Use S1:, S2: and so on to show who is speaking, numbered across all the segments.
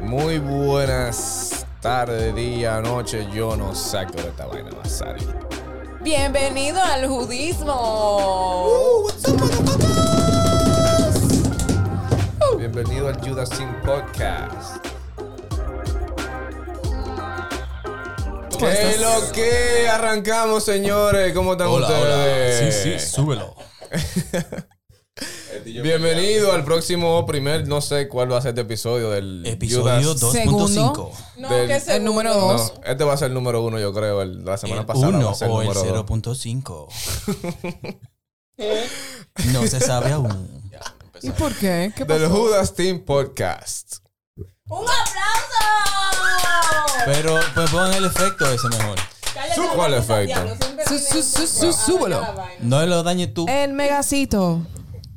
S1: Muy buenas tardes, día, noche. Yo no saco de esta vaina, Masari.
S2: Bienvenido al judismo.
S3: Uh,
S1: Bienvenido al Judas Sin Podcast. ¿Qué lo que arrancamos, señores? ¿Cómo están
S4: Hola,
S1: ustedes?
S4: hola. Sí, sí, súbelo.
S1: Bienvenido al próximo primer, no sé cuál va a ser este episodio del
S4: Episodio
S1: Judas-
S4: 2.5.
S2: Segundo. No,
S1: Del-
S2: que es el número
S1: No,
S2: dos.
S1: este va a ser el número uno, yo creo. El- la semana
S4: El
S1: pasada
S4: 1
S1: va a ser el
S4: Eh, o el
S1: número dos.
S4: 0.5. No se sabe aún.
S2: ¿Y por qué? ¿Qué
S1: Del
S2: pasó?
S1: Judas Team Podcast.
S2: ¡Un aplauso!
S4: Pero pues pongan el efecto ese mejor.
S2: Cállate,
S1: Su- ¿Cuál
S2: no,
S1: efecto?
S2: Santiago, siempre
S3: Su-
S2: tiene
S3: su- su-
S2: que-
S3: su-
S2: Ah,
S3: súbelo.
S2: la vaina.
S4: No lo dañes tú.
S3: El megacito.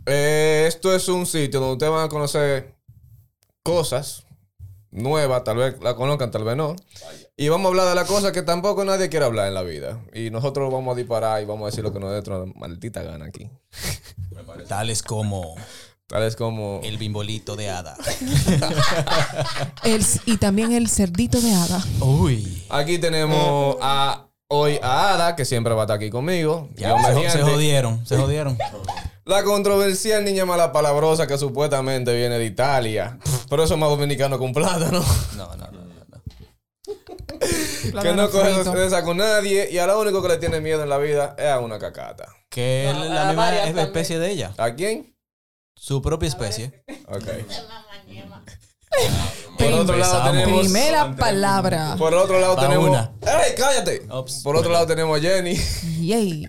S1: Eh, esto es un sitio donde ustedes van a conocer cosas nuevas, tal vez la conozcan, tal vez no. Y vamos a hablar de las cosas que tampoco nadie quiere hablar en la vida. Y nosotros vamos a disparar y vamos a decir lo que nos dé nuestra maldita gana aquí.
S4: Tales como
S1: Tal es como...
S4: el bimbolito de hada.
S3: El, y también el cerdito de hada.
S4: Uy.
S1: Aquí tenemos a hoy a Ada, que siempre va a estar aquí conmigo.
S4: Ya
S1: Dios
S4: se- se,
S1: mediante.
S4: jodieron, se jodieron.
S1: La controversial niña malapalabrosa que supuestamente viene de Italia. Pero eso es más dominicano con plátano.
S4: No, no, no, no. no.
S1: Que no coge sorpresa con nadie y a lo único que le tiene miedo en la vida es a una cacata.
S4: Que es
S2: No,
S4: la
S2: a
S4: misma
S2: varias también.
S4: especie de ella.
S1: ¿A quién?
S4: Su propia especie.
S1: Ok. Por
S4: Prim-
S1: otro lado
S4: Empezamos.
S1: tenemos.
S3: Primera palabra.
S1: Por otro lado
S4: Va
S1: tenemos.
S4: una.
S1: ¡Ey, cállate!
S4: Ops.
S1: Por otro lado tenemos a Jenny.
S3: Yay.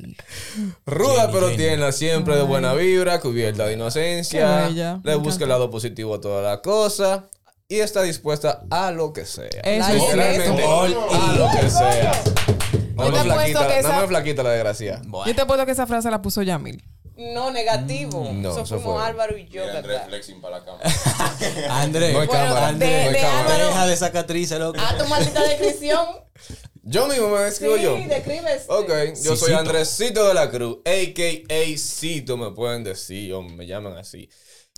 S1: Ruda
S4: Jenny,
S1: pero
S4: Jenny.
S1: tierna, siempre de buena vibra, cubierta de inocencia.
S3: Qué bella.
S1: Le
S3: Me
S1: busca el lado positivo a toda la cosa. Y está dispuesta a lo que sea.
S3: Eso
S2: es
S1: Literalmente,
S4: eso. All
S1: a
S4: in.
S1: lo que sea. No
S3: Yo te
S1: me
S3: apuesto
S1: flaquita,
S3: que
S1: no me
S3: esa-
S1: flaquita la desgracia.
S4: Buah.
S3: Yo te puedo que esa frase la puso Yamil.
S2: No, negativo.
S1: No,
S2: eso
S1: eso
S2: fuimos
S1: fue-
S2: Álvaro y yo, ¿verdad?
S4: André,
S1: No hay cámara,
S4: André,
S1: no hay
S2: de
S1: cámara.
S2: Álvaro-
S4: deja de esa catriz, loco.
S2: Ah, tu maldita descripción.
S1: Yo mismo me
S2: Sí,
S1: describo yo.
S2: describes.
S1: Ok, yo soy
S4: Cicito.
S1: Andresito de la Cruz, a.k.a. Cito, me pueden decir, o me llaman así.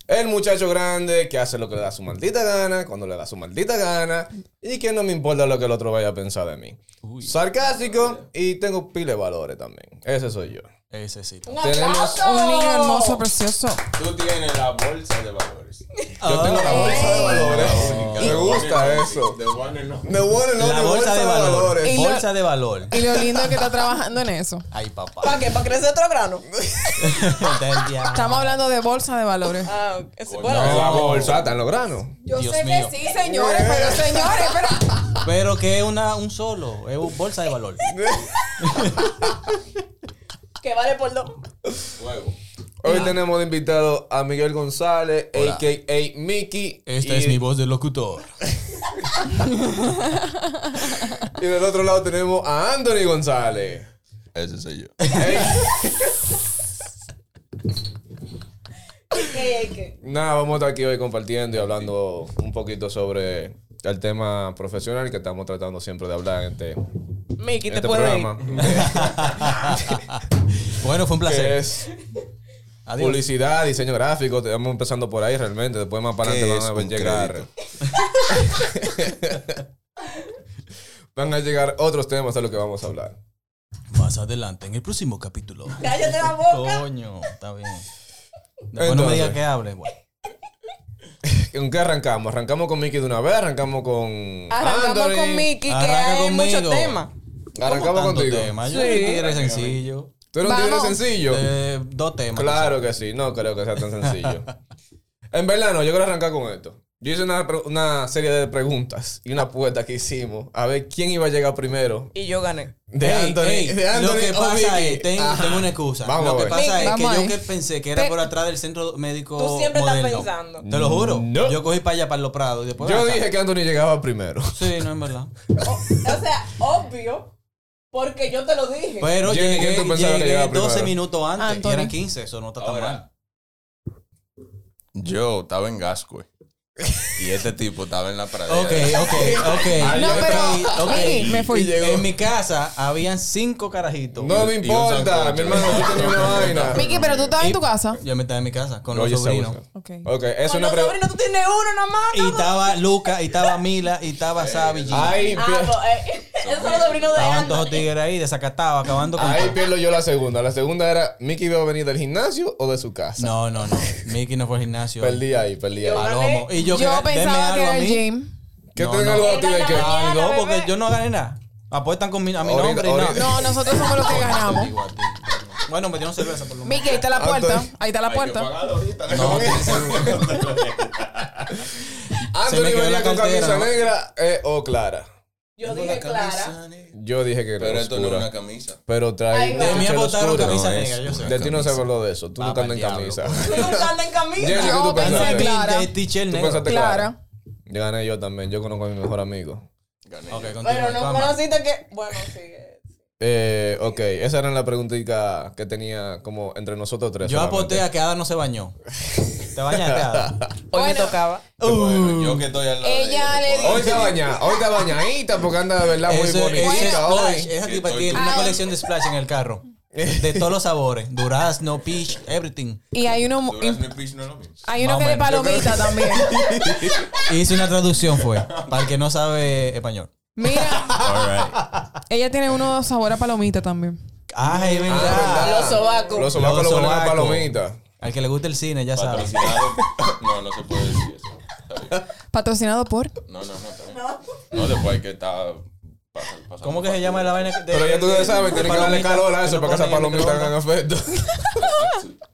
S1: El muchacho grande que hace lo que le da su maldita gana, cuando le da su maldita gana, y que no me importa lo que el otro vaya a pensar de mí.
S4: Uy.
S1: Sarcástico y tengo pile de valores también. Ese soy yo.
S4: Ese sí.
S2: Un
S1: Tenemos
S2: aplauso.
S3: Un niño hermoso, precioso.
S5: Tú tienes la bolsa de valores.
S1: Yo tengo la bolsa de valores. Me gusta eso.
S5: De Warner no.
S1: Me bueno, no,
S4: La
S1: mi
S4: bolsa de valor.
S3: Y lo-
S4: Bolsa de valor.
S3: Y lo lindo es que está trabajando en eso.
S4: Ay,
S2: ¿Para
S4: papá.
S2: qué? ¿Para crecer otro grano?
S4: Del diablo.
S3: Estamos hablando de bolsa de valores.
S2: Ah, ok. Sí,
S1: No,
S2: bueno,
S1: la bolsa, están los granos.
S2: yo
S4: Dios
S2: sé
S4: mío.
S2: que sí, señores, pero señores, pero.
S4: Pero que es una, un solo, es un bolsa de valor.
S2: Que vale por dos.
S5: Huevo.
S1: Hoy tenemos de invitado a Miguel González,
S4: Hola.
S1: a.k.a. Mickey.
S4: Esta
S1: y-
S4: es mi voz de locutor.
S1: Y del otro lado tenemos a Anthony González.
S5: Ese soy yo.
S1: Ey,
S2: ¿Qué, qué?
S1: Nada, vamos a estar aquí hoy compartiendo y hablando un poquito sobre el tema profesional que estamos tratando siempre de hablar en este,
S2: Miki,
S1: en
S2: te
S1: este
S2: puede ir.
S1: programa.
S4: Bueno, fue un
S1: Que
S4: placer.
S1: es
S4: Adiós.
S1: publicidad, diseño gráfico. Estamos empezando por ahí realmente. Después más para
S5: ¿Qué
S1: adelante
S5: es
S1: van a
S5: un
S1: llegar. van a llegar otros temas a los que vamos a hablar.
S4: Más adelante, en el próximo capítulo.
S2: Cállate la boca.
S4: Coño, está bien. Después no
S1: Entonces.
S4: me diga que hable. Bueno,
S1: ¿Con qué arrancamos? ¿Arrancamos con Mickey de una vez? ¿Arrancamos con
S2: Arrancamos
S1: Anthony?
S2: con Miki, que
S4: Arranca
S2: hay muchos
S4: conmigo.
S2: temas.
S1: ¿Arrancamos
S4: tanto
S1: contigo?
S4: tema. Yo
S2: Sí.
S4: soy un tigre sencillo.
S1: ¿Tú eres un tigre
S3: Vamos.
S1: sencillo?
S4: Eh, dos temas.
S1: Claro que sí, no creo que sea tan sencillo. en verdad, no, yo quiero arrancar con esto. Yo hice una, pre- una serie de preguntas y una apuesta que hicimos a ver quién iba a llegar primero.
S2: Y yo gané.
S1: De
S4: Ey,
S1: Anthony.
S4: ey,
S1: de Anthony
S4: lo que
S1: o
S4: pasa
S1: Vicky.
S4: es, ten- tengo,
S1: Ajá.
S4: una excusa.
S1: Vamos a
S4: lo que
S1: ver.
S4: pasa es que
S3: Vamos ahí.
S4: yo que pensé que era
S3: Pe-
S4: por atrás del centro médico.
S2: Tú siempre estás
S4: moderno.
S2: pensando.
S4: Te lo juro.
S1: No.
S4: Yo cogí para allá, para los prados. y después
S1: Yo
S4: acá.
S1: dije que Anthony llegaba primero.
S4: Sí, no es verdad.
S2: O, Oh, o sea, obvio, porque yo te lo dije.
S4: Pero
S1: Jenny,
S4: llegué,
S1: ¿quién tú pensabas que
S4: llegué
S1: llegaba
S4: 12
S1: primero?
S4: minutos antes
S3: Anthony.
S4: y eran 15, eso no está tan
S5: Ahora.
S4: mal.
S5: Yo estaba en Gascue. Y este tipo estaba en la pradera.
S4: Ok,
S1: Eh.
S4: ok, ok.
S3: No, pero-
S4: ok, ok.
S3: Mire, me fui.
S4: Y llegó- En mi casa habían cinco carajitos.
S1: No me
S5: Y un
S1: importa, mi
S5: sancocho.
S1: hermano, tú tenías una vaina.
S3: Miki, pero tú estabas en tu casa.
S4: Yo me estaba en mi casa con
S1: Oye,
S4: los
S1: esa
S4: sobrinos.
S1: busca.
S3: Ok.
S1: Ok, es
S2: Con
S1: una
S2: los
S1: pregunta.
S2: sobrinos tú tienes uno nomás.
S4: Y
S2: cabrón.
S4: estaba Luca, y estaba Mila, y estaba
S1: Eh.
S4: Sabi. G.
S1: Ahí,
S2: Ah,
S1: pier-
S2: pues, eh, esos son los sobrinos de
S4: Estaban todos los
S2: Anthony.
S4: tigres ahí, desacatados, acabando con
S1: ahí
S4: todo.
S1: pierdo yo la segunda. La segunda era, ¿Mickey iba a venir del gimnasio o de su casa?
S4: No, no, no. Mickey no fue al gimnasio.
S1: Perdí ahí, perdí ahí.
S2: Yo-
S4: Palomo. Y yo,
S3: Yo,
S4: que- denme
S3: pensaba que
S4: algo
S3: era
S4: a
S3: el
S4: mí.
S3: gym.
S1: ¿Qué
S4: No,
S1: tengo
S4: no.
S1: algo a ti de que...
S2: Él
S4: Algo,
S2: Mañana,
S4: porque
S2: bebé.
S4: yo no gané nada. Apuestan con mi, a mi
S1: Ahorita-
S4: nombre y
S1: ahorita-
S3: No,
S4: nada.
S3: nosotros somos los que ganamos.
S5: Digo a ti.
S4: Bueno, pues me dieron cerveza por lo menos.
S3: Miki, ahí está la puerta.
S1: Anthony.
S3: Ahí está la
S5: Hay que
S3: puerta.
S5: pagarlo ahorita.
S4: No, tiene Se
S1: Anthony
S4: me quedó
S1: venía
S4: la
S1: con
S4: cartera,
S1: camisa
S4: ¿no?
S1: negra eh, o clara.
S2: Yo dije Clara.
S1: Yo dije que era
S5: Pero esto no es
S1: oscura.
S5: una camisa.
S1: Pero
S2: Ahí
S1: trae
S2: va.
S1: de
S4: De mí
S1: noche la
S4: botaron
S1: oscura.
S4: camisa
S5: No,
S4: negra,
S5: es
S4: yo sé.
S1: De ti no se habló de eso. Tú
S4: Va
S1: nunca
S4: pa'l
S1: andas en
S4: diablo,
S1: camisa.
S2: Tú nunca andas en camisa.
S1: Jenny, ¿qué tú
S3: Yo pensé
S1: pensaste?
S3: Clara.
S4: De t-shirt
S1: ¿Tú
S4: negro.
S1: pensaste
S3: Clara.
S1: Yo gané yo también. Yo conozco a mi mejor amigo.
S5: Gané.
S4: Ok, continúa,
S2: Pero no
S4: vamos.
S2: conociste que. Bueno, sí. eh,
S1: Eh, ok, esa era la preguntita que tenía como entre nosotros tres.
S4: Yo
S1: solamente.
S4: aposté a que Ada no se bañó. ¿Te bañaste, Ada?
S2: Hoy me
S3: Bueno,
S2: tocaba.
S5: Bueno, yo que estoy al lado de
S3: Ella le
S5: puedo
S1: Hoy está bañada, hoy está bañadita porque anda de verdad Ah, muy
S4: Ese- ese
S1: bonita
S4: splash,
S1: hoy.
S4: Esa tipa
S5: Estoy
S4: tiene
S5: con-
S4: una
S3: Ay.
S4: colección de splash en el carro. De todos los sabores. Durazno, peach, everything.
S3: Y hay uno,
S5: dar. Durazno y Peach no es lo mismo.
S3: hay uno
S4: Más o
S3: que de
S4: menos.
S3: palomita también.
S4: Hice una traducción, fue. Para el que no sabe español.
S3: Mira, ella tiene uno sabor a palomita también.
S4: Ay,
S1: verdad.
S4: Ah, verdad.
S2: Los sobacos.
S1: Ah, Los sobacos lo
S4: Los
S1: ponen a
S4: sobacos.
S1: palomita.
S4: Al que le gusta el cine, ya sabe.
S5: Patrocinado. No, no se puede decir eso. Está bien.
S3: Patrocinado por.
S5: No, no, no. está bien. No, después hay que estar. pas- pasando
S4: ¿Cómo que se llama la vaina? de-
S1: Pero ya tú
S4: de-
S1: sabes,
S4: de
S1: tienes que darle
S4: palomita
S1: calor a
S4: lo
S1: eso para que esas
S4: ponen en el
S1: palomitas hagan
S4: microondas?
S1: efecto.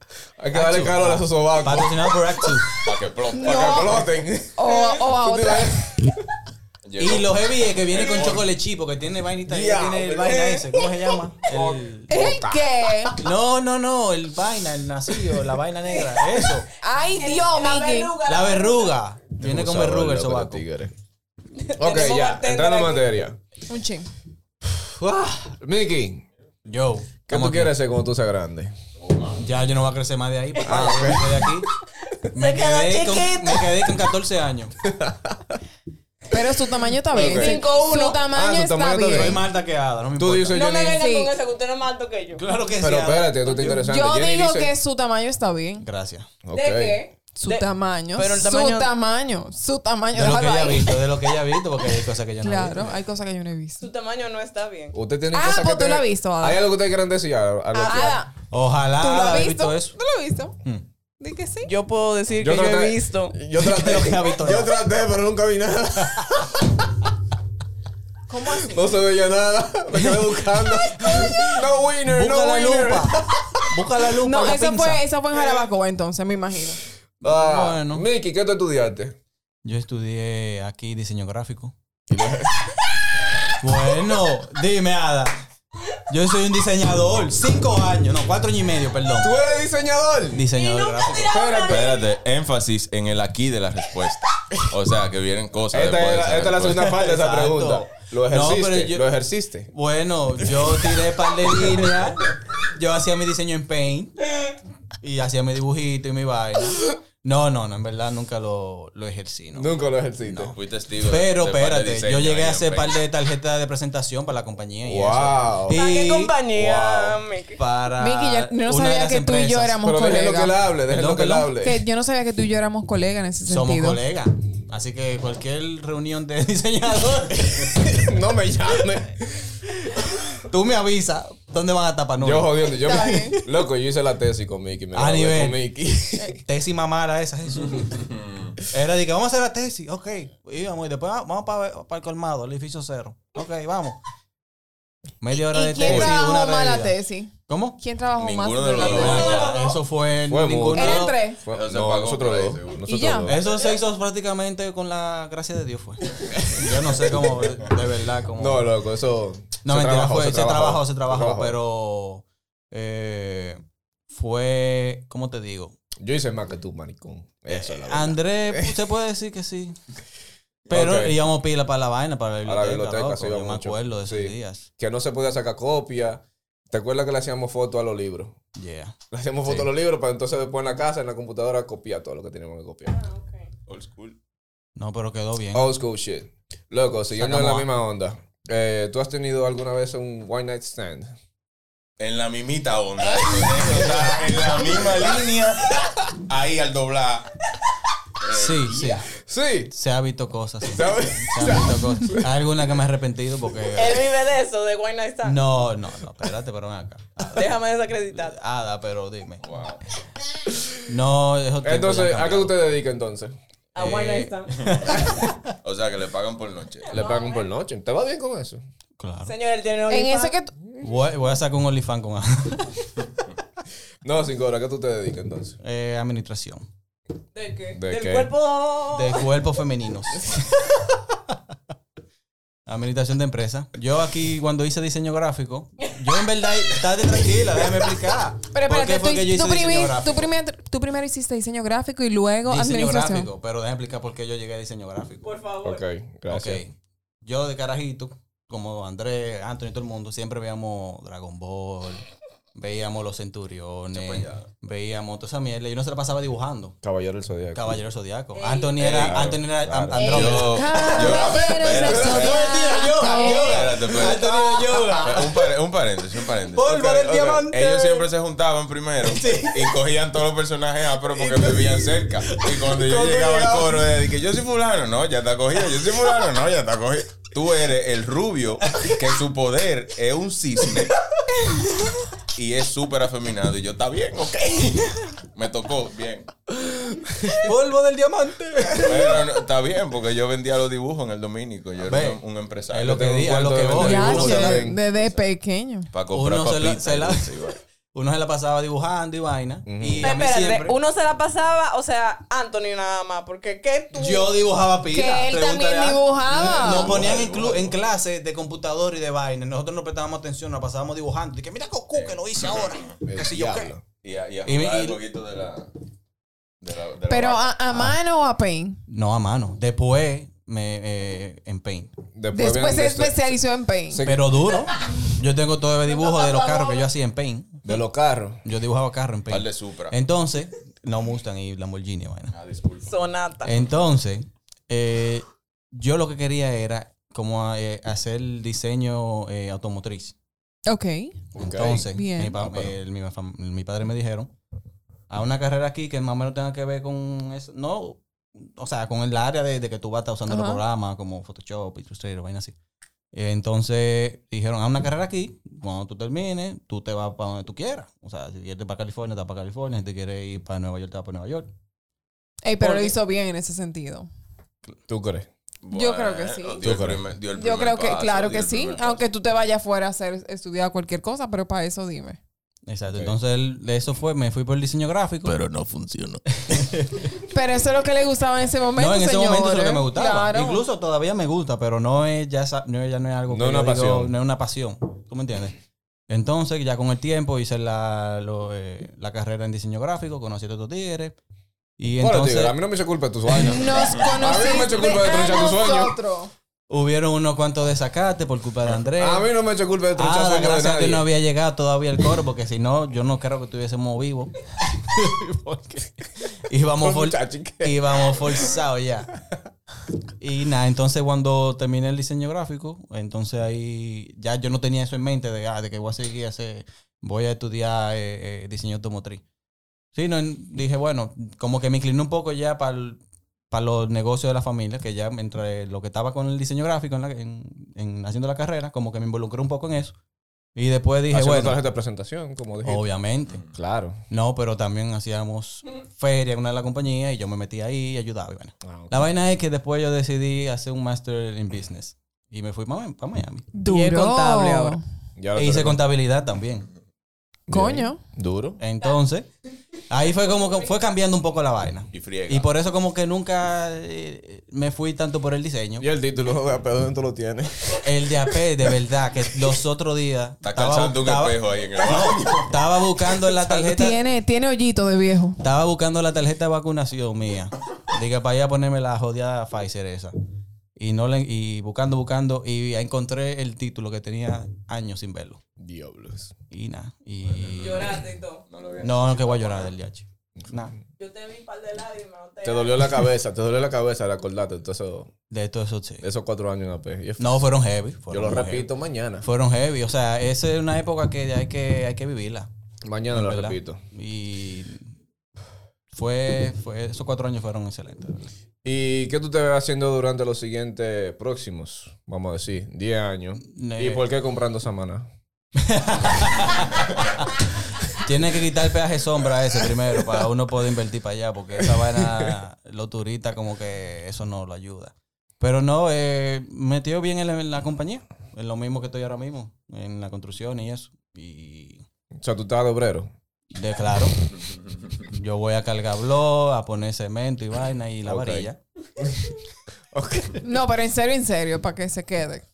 S1: Hay que darle
S4: Achu.
S1: calor a esos sobacos
S4: Patrocinado por Actu.
S5: Para que plomo.
S1: para que exploten.
S3: O, o a otra.
S4: Y los heavy es que viene con chocolate chip, porque tiene vainita.
S1: Ya,
S4: tiene el
S1: pero-
S4: vaina ese. ¿Cómo se llama? El-
S3: ¿El qué?
S4: No, no, no. El vaina, el nacido, la vaina negra. Eso.
S3: Ay, Dios,
S2: La
S3: Miki.
S2: verruga.
S4: La verruga. Viene con verruga el sobaco.
S1: Ok,
S2: Tenemos
S1: ya,
S2: bartender
S1: entrando en
S2: aquí.
S1: materia.
S3: Un ching.
S1: Miki,
S4: Yo.
S1: ¿qué
S4: estamos
S1: tú
S4: aquí.
S1: quieres hacer cuando tú seas grande?
S4: Ya yo no voy a crecer más de ahí. Porque
S1: Ah,
S4: yo de aquí. Me
S2: quedó
S4: quedé, con,
S2: chiquito.
S4: me quedé con 14 años.
S3: Pero su tamaño está bien.
S1: Ok.
S2: 5'1".
S3: Su tamaño
S1: Ah, su
S3: está
S1: tamaño está
S3: bien.
S4: Soy
S1: bien.
S4: más alta que Ada, no me
S1: Tú
S4: importa.
S1: dices,
S2: No me
S1: Jenny.
S2: vengas
S3: Sí.
S2: con eso, que usted no es más alto que yo.
S4: Claro que sí.
S1: Pero
S4: Ada.
S1: espérate, esto está interesante.
S3: Yo
S1: Jenny
S3: digo
S1: dice-
S3: que su tamaño está bien.
S4: Gracias.
S1: Ok.
S2: ¿De qué?
S3: Su
S2: De-
S3: tamaño,
S2: pero el tamaño-
S3: Su tamaño. Su tamaño.
S4: De lo que
S3: déjalo
S4: ella ha
S3: ahí.
S4: visto, de lo que ella ha visto, porque hay cosas que yo no he
S3: Claro,
S4: visto.
S3: hay cosas que yo no he visto.
S2: Su tamaño no está bien.
S1: Usted tiene
S3: Ah,
S1: cosas que
S3: pues tú
S1: tiene-
S3: lo has visto, Ada. Ah,
S1: ¿Hay algo que ustedes quieran decir? A, a lo que-
S3: Ada,
S4: Ojalá
S3: ¿tú lo
S4: haya
S3: has
S4: visto?
S3: visto?
S4: eso.
S3: ¿Tú lo has visto?
S4: Hmm.
S3: Di que sí.
S2: Yo puedo decir que yo he visto.
S1: Yo traté,
S4: Creo que ha visto
S1: yo
S4: nada.
S1: traté, pero nunca vi nada.
S2: ¿Cómo así?
S1: No se veía nada. Me quedé buscando. No winner,
S4: Busca
S1: no
S4: la
S1: winner.
S4: lupa. Busca la lupa.
S3: No,
S4: la
S3: eso
S4: pinza. Eh.
S3: fue, eso fue en Jarabacoa entonces, me imagino.
S1: Ah,
S4: Bueno.
S1: Miki, ¿qué tú estudiaste?
S4: Yo estudié aquí diseño gráfico. bueno, dime, Ada. Yo soy un diseñador. Cinco años, no, cuatro años y medio, perdón.
S1: ¿Tú eres diseñador?
S4: Diseñador gráfico.
S1: Espérate.
S5: Espérate, énfasis en el aquí de la respuesta. O sea, que vienen cosas.
S1: Esta,
S5: después
S1: es
S5: de
S1: la- esta
S5: esa
S1: es la
S5: respuesta.
S1: segunda parte de esa
S4: Exacto.
S1: pregunta. Lo
S4: No, pero
S1: ejerciste.
S4: yo-
S1: Lo ejerciste.
S4: Bueno, yo tiré par de líneas. Yo hacía mi diseño en Paint. Y hacía mi dibujito y mi vaina. No, no, no, en verdad nunca lo, lo ejercí. ¿no? pues,
S1: Nunca lo ejerciste.
S5: Fui testigo. de-
S4: Pero
S5: de par de
S4: espérate, yo
S5: diseños
S4: llegué
S5: ahí
S4: a
S5: en
S4: hacer par
S5: Facebook.
S4: de tarjetas de presentación para la compañía. Y
S1: Wow.
S4: Eso.
S2: ¿Para qué
S4: Y
S2: compañía,
S1: wow.
S2: Miki?
S4: Para
S3: Miki, yo no
S4: una de
S3: sabía
S4: las
S3: que tú y yo
S4: empresas.
S3: éramos
S1: Pero déjenlo que le
S3: colegas.
S1: hable, déjenlo
S4: Perdón,
S1: que le
S4: perdón.
S1: hable.
S3: Que yo no sabía que tú y yo éramos colegas en ese
S4: Somos
S3: sentido.
S4: colegas. Así que cualquier reunión de diseñadores,
S1: No me llame.
S4: tú me avisas dónde van a tapar
S1: Yo
S4: nubes.
S1: jodiendo. Yo
S3: Está
S1: me-
S3: bien.
S1: loco, yo hice la tesis con Mickey. Me
S4: A
S1: gradué
S4: nivel. Eh,
S1: Con Mickey.
S4: Tesis mamara esa, Jesús. Era de que vamos a hacer la tesis, ok. Íbamos y después va- vamos para el colmado, el edificio cero. Ok, vamos. Media hora
S3: ¿Y
S4: de
S3: quién
S4: tesis, una
S3: trabajó más la
S4: realidad.
S3: tesis?
S4: ¿Cómo?
S3: ¿Quién trabajó
S5: Ninguno
S3: más
S5: de los
S3: la
S5: dos.
S3: tesis?
S4: Ah, Eso fue,
S1: Fue
S4: ninguno.
S1: mutuo.
S3: Eran tres.
S1: Fue-
S5: Pero se pues,
S1: no,
S5: pagó por ahí,
S1: nosotros dos.
S5: seguro.
S1: Nosotros
S3: ya?
S1: dos.
S5: Eh,
S4: Esos sexos prácticamente con la gracia de Dios fue. Yo no sé cómo, de verdad, cómo.
S1: No, loco, eso.
S4: No,
S1: se
S4: mentira,
S1: trabajó,
S4: fue, se, trabajó, se trabajó,
S1: se trabajó.
S4: pero eh, fue, ¿cómo te digo?
S1: Yo hice más que tú, maricón. Eh, Eso es la verdad.
S4: Andrés, usted puede decir que sí. Pero
S1: Ok.
S4: íbamos pila para la vaina, para la biblioteca.
S1: la biblioteca,
S4: loco,
S1: sí,
S4: yo
S1: iba
S4: me
S1: mucho.
S4: acuerdo de esos
S1: Sí.
S4: días.
S1: Que no se podía sacar copia. ¿Te acuerdas que le hacíamos fotos a los libros?
S4: Yeah.
S1: Le hacíamos
S4: Sí.
S1: fotos a los libros para entonces después en la casa, en la computadora, copiar todo lo que teníamos que copiar.
S2: Ah, ok.
S5: Old school.
S4: No, pero quedó bien.
S1: Old school shit. Loco, siguiendo en la
S4: Sacamos a-
S1: misma onda. eh, ¿Tú has tenido alguna vez un one night stand?
S5: En la mimita onda. O sea, en la misma línea. Ahí al doblar.
S4: sí, sí.
S1: Sí.
S4: Se ha visto cosas. sí.
S1: ¿Sabes?
S4: Se han visto cosas. Hay alguna que me he arrepentido porque.
S2: Él vive de eso, de Wine Night Stand.
S4: No, Eh. no, no, espérate, pero ven acá.
S2: Déjame desacreditar.
S4: Ada, pero dime.
S5: Wow.
S4: No, es otro.
S1: Entonces, ¿a qué usted dedica entonces?
S2: A Wine Night Stand.
S5: O sea, que le pagan por noche.
S1: Le pagan por noche. ¿Te va bien con eso?
S4: Claro.
S2: Señor, él tiene un
S3: En
S2: OnlyFans.
S3: ese que tú-
S4: Voy, voy a sacar un OnlyFans con Ada.
S1: No, cinco horas. ¿A qué tú te dedicas entonces?
S4: Eh, administración.
S2: ¿De qué?
S1: ¿De
S2: Del
S1: qué?
S2: cuerpo.
S4: de cuerpos femeninos. Administración de empresa. Yo aquí cuando hice diseño gráfico, yo en verdad, estate tranquila, déjame explicar.
S3: Pero
S4: ¿Por qué
S3: espérate,
S4: fue
S3: tú,
S4: que yo hice
S3: tú, primi-
S4: diseño
S3: tú,
S4: gráfico?
S3: primer- tú primero hiciste diseño gráfico y luego
S4: diseño
S3: administración.
S4: gráfico, pero déjame explicar por qué yo llegué a diseño gráfico.
S2: Por favor.
S1: Ok, gracias.
S4: Ok. Yo de carajito, como Andrés, Anthony, todo el mundo, siempre veíamos Dragon Ball, veíamos Los Centuriones, veíamos toda esa mierda. Yo no se la pasaba dibujando.
S1: Caballero del Zodíaco.
S4: Caballero Zodíaco. Anthony era,
S1: Claro,
S4: Anthony era
S1: claro.
S4: Andrómeda.
S5: Yo-
S3: Ah, Caballeros
S5: espérate,
S3: del
S5: espérate.
S4: yoga, yoga.
S5: Espérate, espérate. Ah,
S4: Anthony era yoga.
S5: Un, par- un paréntesis, un paréntesis.
S4: Polvo
S5: Ok,
S4: del
S5: ok.
S4: diamante.
S5: Ellos siempre se juntaban primero y cogían todos los personajes ah, pero porque vivían cerca. Y cuando yo
S4: Cuando
S5: llegaba al
S4: llegaba.
S5: coro, de que yo soy fulano, no, ya está cogido. Yo soy fulano, no, ya está cogido. Tú eres el rubio que su poder es un cisne y es súper afeminado. Y yo, está bien, ok. Me tocó, bien.
S4: Polvo del diamante.
S5: Bueno, no, está bien, porque yo vendía los dibujos en el dominico. Yo
S4: Ve,
S5: era un, un empresario.
S4: es lo que
S5: Tengo un
S4: di- a lo
S5: cuarto de
S4: que voy.
S5: vender
S3: Ya,
S5: dibujos
S1: Dibujo
S3: che,
S1: también.
S3: desde pequeño.
S5: Para comprar
S4: Uno se la-
S5: papitas
S4: se la-
S5: y dulce, igual.
S4: Uno se la pasaba dibujando y vaina. Y a mí
S2: Espérate,
S4: siempre.
S2: uno se la pasaba, o sea, Anthony nada más, porque ¿qué tú?
S4: Yo dibujaba pila.
S3: Que él
S4: pregúntale
S3: también
S4: a-
S3: dibujaba.
S4: Nos ponían en, clu- en clase de computador y de vaina. Nosotros no prestábamos atención, nos pasábamos dibujando. Y que mira Goku que lo hice ahora. Que
S1: El
S4: si yo qué.
S1: diablo.
S5: Y a, y a
S4: Y me-
S5: jugar el
S4: y-
S5: jueguito de la. De la, de la
S3: Pero ah,
S5: vaca.
S3: a,
S4: Ah.
S3: a mano o a pain.
S4: No, a mano. Después me eh, en paint.
S1: Después,
S3: Después se
S1: vienen
S4: este-
S1: de, este-
S3: especializó en pain.
S1: Sí.
S4: Pero duro. Yo tengo todo el dibujo de los carros que yo hacía en paint.
S1: de los carros.
S4: Yo dibujaba carros en
S5: Par
S4: paint.
S5: de Supra.
S4: Entonces, no Mustang y Lamborghini, vaina.
S5: Ah, disculpa.
S2: Sonata.
S4: Entonces, eh, yo lo que quería era como eh, hacer el diseño eh, automotriz.
S3: Ok.
S4: Entonces,
S3: Bien.
S4: mi, pa-
S1: Ah, pero-
S4: el- mi fam- mi padre me dijeron, a una carrera aquí que más o menos tenga que ver con eso. No, o sea, con el área de, de que tú vas a estar usando los
S3: Ajá.
S4: programas como Photoshop, Illustrator, vaina así. Eh, Entonces dijeron, a una carrera aquí, cuando tú termines, tú te vas para donde tú quieras. O sea, si quieres ir para California, te vas para California. Si te quieres ir para Nueva York, te vas para Nueva York.
S3: Ey, pero
S4: ¿Por
S3: lo
S4: qué?
S3: hizo bien en ese sentido.
S1: ¿Tú crees?
S3: Yo creo que sí.
S5: Bueno, eh,
S1: Yo
S5: dio el
S1: creo.
S5: primer- dio el
S3: Yo
S5: primer
S3: creo que,
S5: paso,
S3: claro
S5: dio
S3: que
S5: el
S3: sí.
S5: primer paso.
S3: Aunque tú te vayas fuera a hacer, estudiar cualquier cosa, pero para eso dime.
S4: Exacto.
S1: Ok.
S4: Entonces, el- eso fue, me fui por el diseño gráfico.
S5: Pero no funcionó.
S3: Pero eso es lo que le gustaba en ese momento.
S4: no, en ese momento es lo que
S3: señores.
S4: me gustaba.
S3: Claro.
S4: Incluso todavía me gusta, pero no es ya, esa- no, es- ya no es algo
S1: No
S4: que
S1: es
S4: yo
S1: una
S4: digo,
S1: pasión.
S4: no es una pasión. ¿Tú me entiendes? Entonces, ya con el tiempo hice la, lo, eh, la carrera en diseño gráfico, conocí a todos los tigres. Y
S1: Bueno,
S4: entonces
S1: tío, a mí no me hizo culpa de tus vainas.
S3: Nos
S1: A mí me
S3: conociste
S1: echó culpa de
S3: a
S1: tronchar tu sueño.
S3: nosotros.
S4: hubieron unos cuantos desacates por culpa de
S1: Ah,
S4: Andrés.
S1: A mí no me echó culpa de
S4: Ah,
S1: truchar sueño de
S4: gracias a Dios
S1: nadie.
S4: no había llegado todavía el coro, porque si no, yo no creo que estuviésemos vivos. porque íbamos, for-
S1: Muchachi, ¿qué?
S4: íbamos forzados ya. Y nada, entonces cuando terminé el diseño gráfico, entonces ahí ya yo no tenía eso en mente de, ah, de que voy a seguir ese, voy a estudiar eh, eh, diseño automotriz. Sí, no, en- dije, bueno, como que me incliné un poco ya para los negocios de la familia, que ya entre lo que estaba con el diseño gráfico en, la- en- en haciendo la carrera, como que me involucré un poco en eso. Y después dije,
S1: Haciendo Mm.
S4: bueno,
S1: tarjeta de presentación, como dije.
S4: obviamente.
S1: Claro.
S4: No, pero también hacíamos feria en una de las compañías y yo me metí ahí y ayudaba. y bueno.
S1: Ah, ok.
S4: La vaina es que después yo decidí hacer un master en business y me fui para Miami. Y es
S3: Duro.
S4: contable ahora.
S1: Ya lo
S4: E hice
S1: tenemos.
S4: contabilidad también.
S3: Coño.
S1: Duro.
S4: Eh. Entonces, ahí fue como que fue cambiando un poco la vaina.
S5: Y friega.
S4: Y por eso como que nunca eh, me fui tanto por el diseño.
S1: Y el título de Pedro dentro lo tiene.
S4: El de AP, de verdad, que los otros días
S5: Está
S4: estaba-
S5: calzando un
S4: estaba-
S5: espejo ahí en el baño.
S4: estaba buscando en la tarjeta
S3: Tiene, tiene hoyito de viejo.
S4: Estaba buscando la tarjeta de vacunación mía. Dije, para ir a ponerme la jodida Pfizer esa. Y, no le, y buscando, buscando, y encontré el título que tenía años sin verlo.
S1: Diablos.
S4: Y nada. Y...
S2: Lloraste y todo.
S4: No, no, que voy a llorar del yachi. Nada.
S2: Yo te vi un par de lágrimas. no
S1: Te dolió la cabeza, te dolió la cabeza de acordarte de todos
S4: De todo eso, sí.
S1: esos, esos cuatro años en AP. Y es-
S4: No, fueron heavy.
S1: yo
S4: fueron
S1: lo
S4: heavy.
S1: repito mañana.
S4: Fueron heavy. O sea, esa es una época que hay que, hay que vivirla.
S1: Mañana lo
S4: ¿verdad?
S1: repito.
S4: Y fue, fue, esos cuatro años fueron excelentes. ¿verdad?
S1: ¿Y qué tú te ves haciendo durante los siguientes próximos, vamos a decir, 10 años?
S4: Ne-
S1: ¿Y por qué comprando Samana?
S4: Tiene que quitar el peaje sombra ese primero para uno poder invertir para allá, porque esa vaina, los turistas, como que eso no lo ayuda. Pero no, eh, metido bien en la, en la compañía, en lo mismo que estoy ahora mismo, en la construcción y eso. Y
S1: O sea, tú estás de obrero.
S4: de claro, yo voy a cargar blog, a poner cemento y vaina y la
S1: Ok.
S4: varilla.
S3: No, pero en serio, en serio, para que se quede.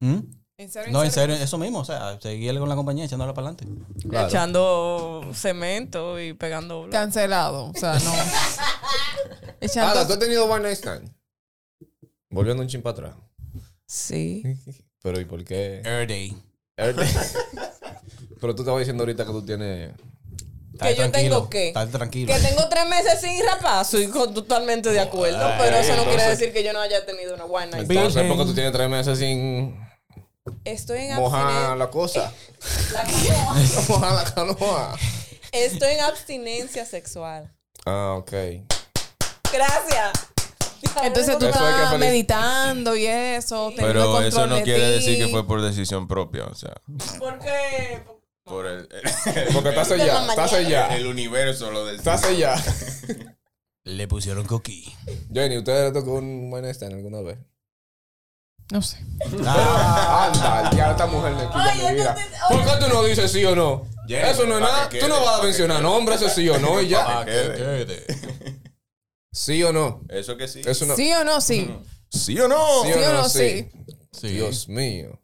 S4: ¿Mm?
S3: En serio,
S4: No, en serio, eso mismo, o sea, seguir con la compañía echándola para adelante.
S1: Claro.
S2: Echando cemento y pegando bloques.
S3: Cancelado. O sea, no. Echando-
S1: Ahora, tú has tenido One Night Stand. Volviendo un chin para atrás.
S2: Sí.
S1: Pero ¿y por qué?
S4: Air Day.
S1: Pero tú estabas diciendo ahorita que tú tienes...
S2: Que yo tengo que-
S4: Estar tranquilo.
S2: Que tengo tres meses sin rapazo y con- totalmente de acuerdo, pero eso no quiere decir que yo no haya tenido una buena night.
S1: Entonces,
S4: Virgen.
S1: ¿por qué tú tienes tres meses sin
S2: Estoy en
S1: mojar
S2: abstinencia.
S1: la cosa?
S2: la canoa.
S1: mojar la canoa.
S2: Estoy en abstinencia sexual.
S1: Ah, ok.
S2: Gracias.
S3: Entonces tú
S1: Eso hay que
S3: estás
S1: felici-
S3: meditando y eso. teniendo
S5: Pero
S3: control
S5: eso no
S3: de
S5: quiere
S3: ti.
S5: decir que fue por decisión propia, o sea,
S2: porque
S5: por el,
S1: Porque estás allá, estás allá,
S5: el universo lo decide.
S1: estás allá.
S4: Le pusieron coquí.
S1: Jenny, ¿ustedes le tocó un One Night Stand alguna vez?
S3: No sé.
S1: Ah, Anda, ya esta mujer me quita mi vida. ¿Por qué tú no dices sí o no?
S5: Jenny,
S1: Eso no es
S5: pa' que
S1: nada.
S5: quede,
S1: Tú no
S5: pa'
S1: vas a
S5: que
S1: mencionar
S5: quede.
S1: nombres, eso sí o no y ya.
S5: Pa' Ah, que quede.
S1: Sí o no.
S5: Eso que sí.
S1: Eso no. Sí
S3: ¿Sí o no? Sí.
S5: ¿Sí o no?
S3: Sí
S1: o no,
S3: o no,
S1: sí.
S4: Sí,
S1: Dios mío.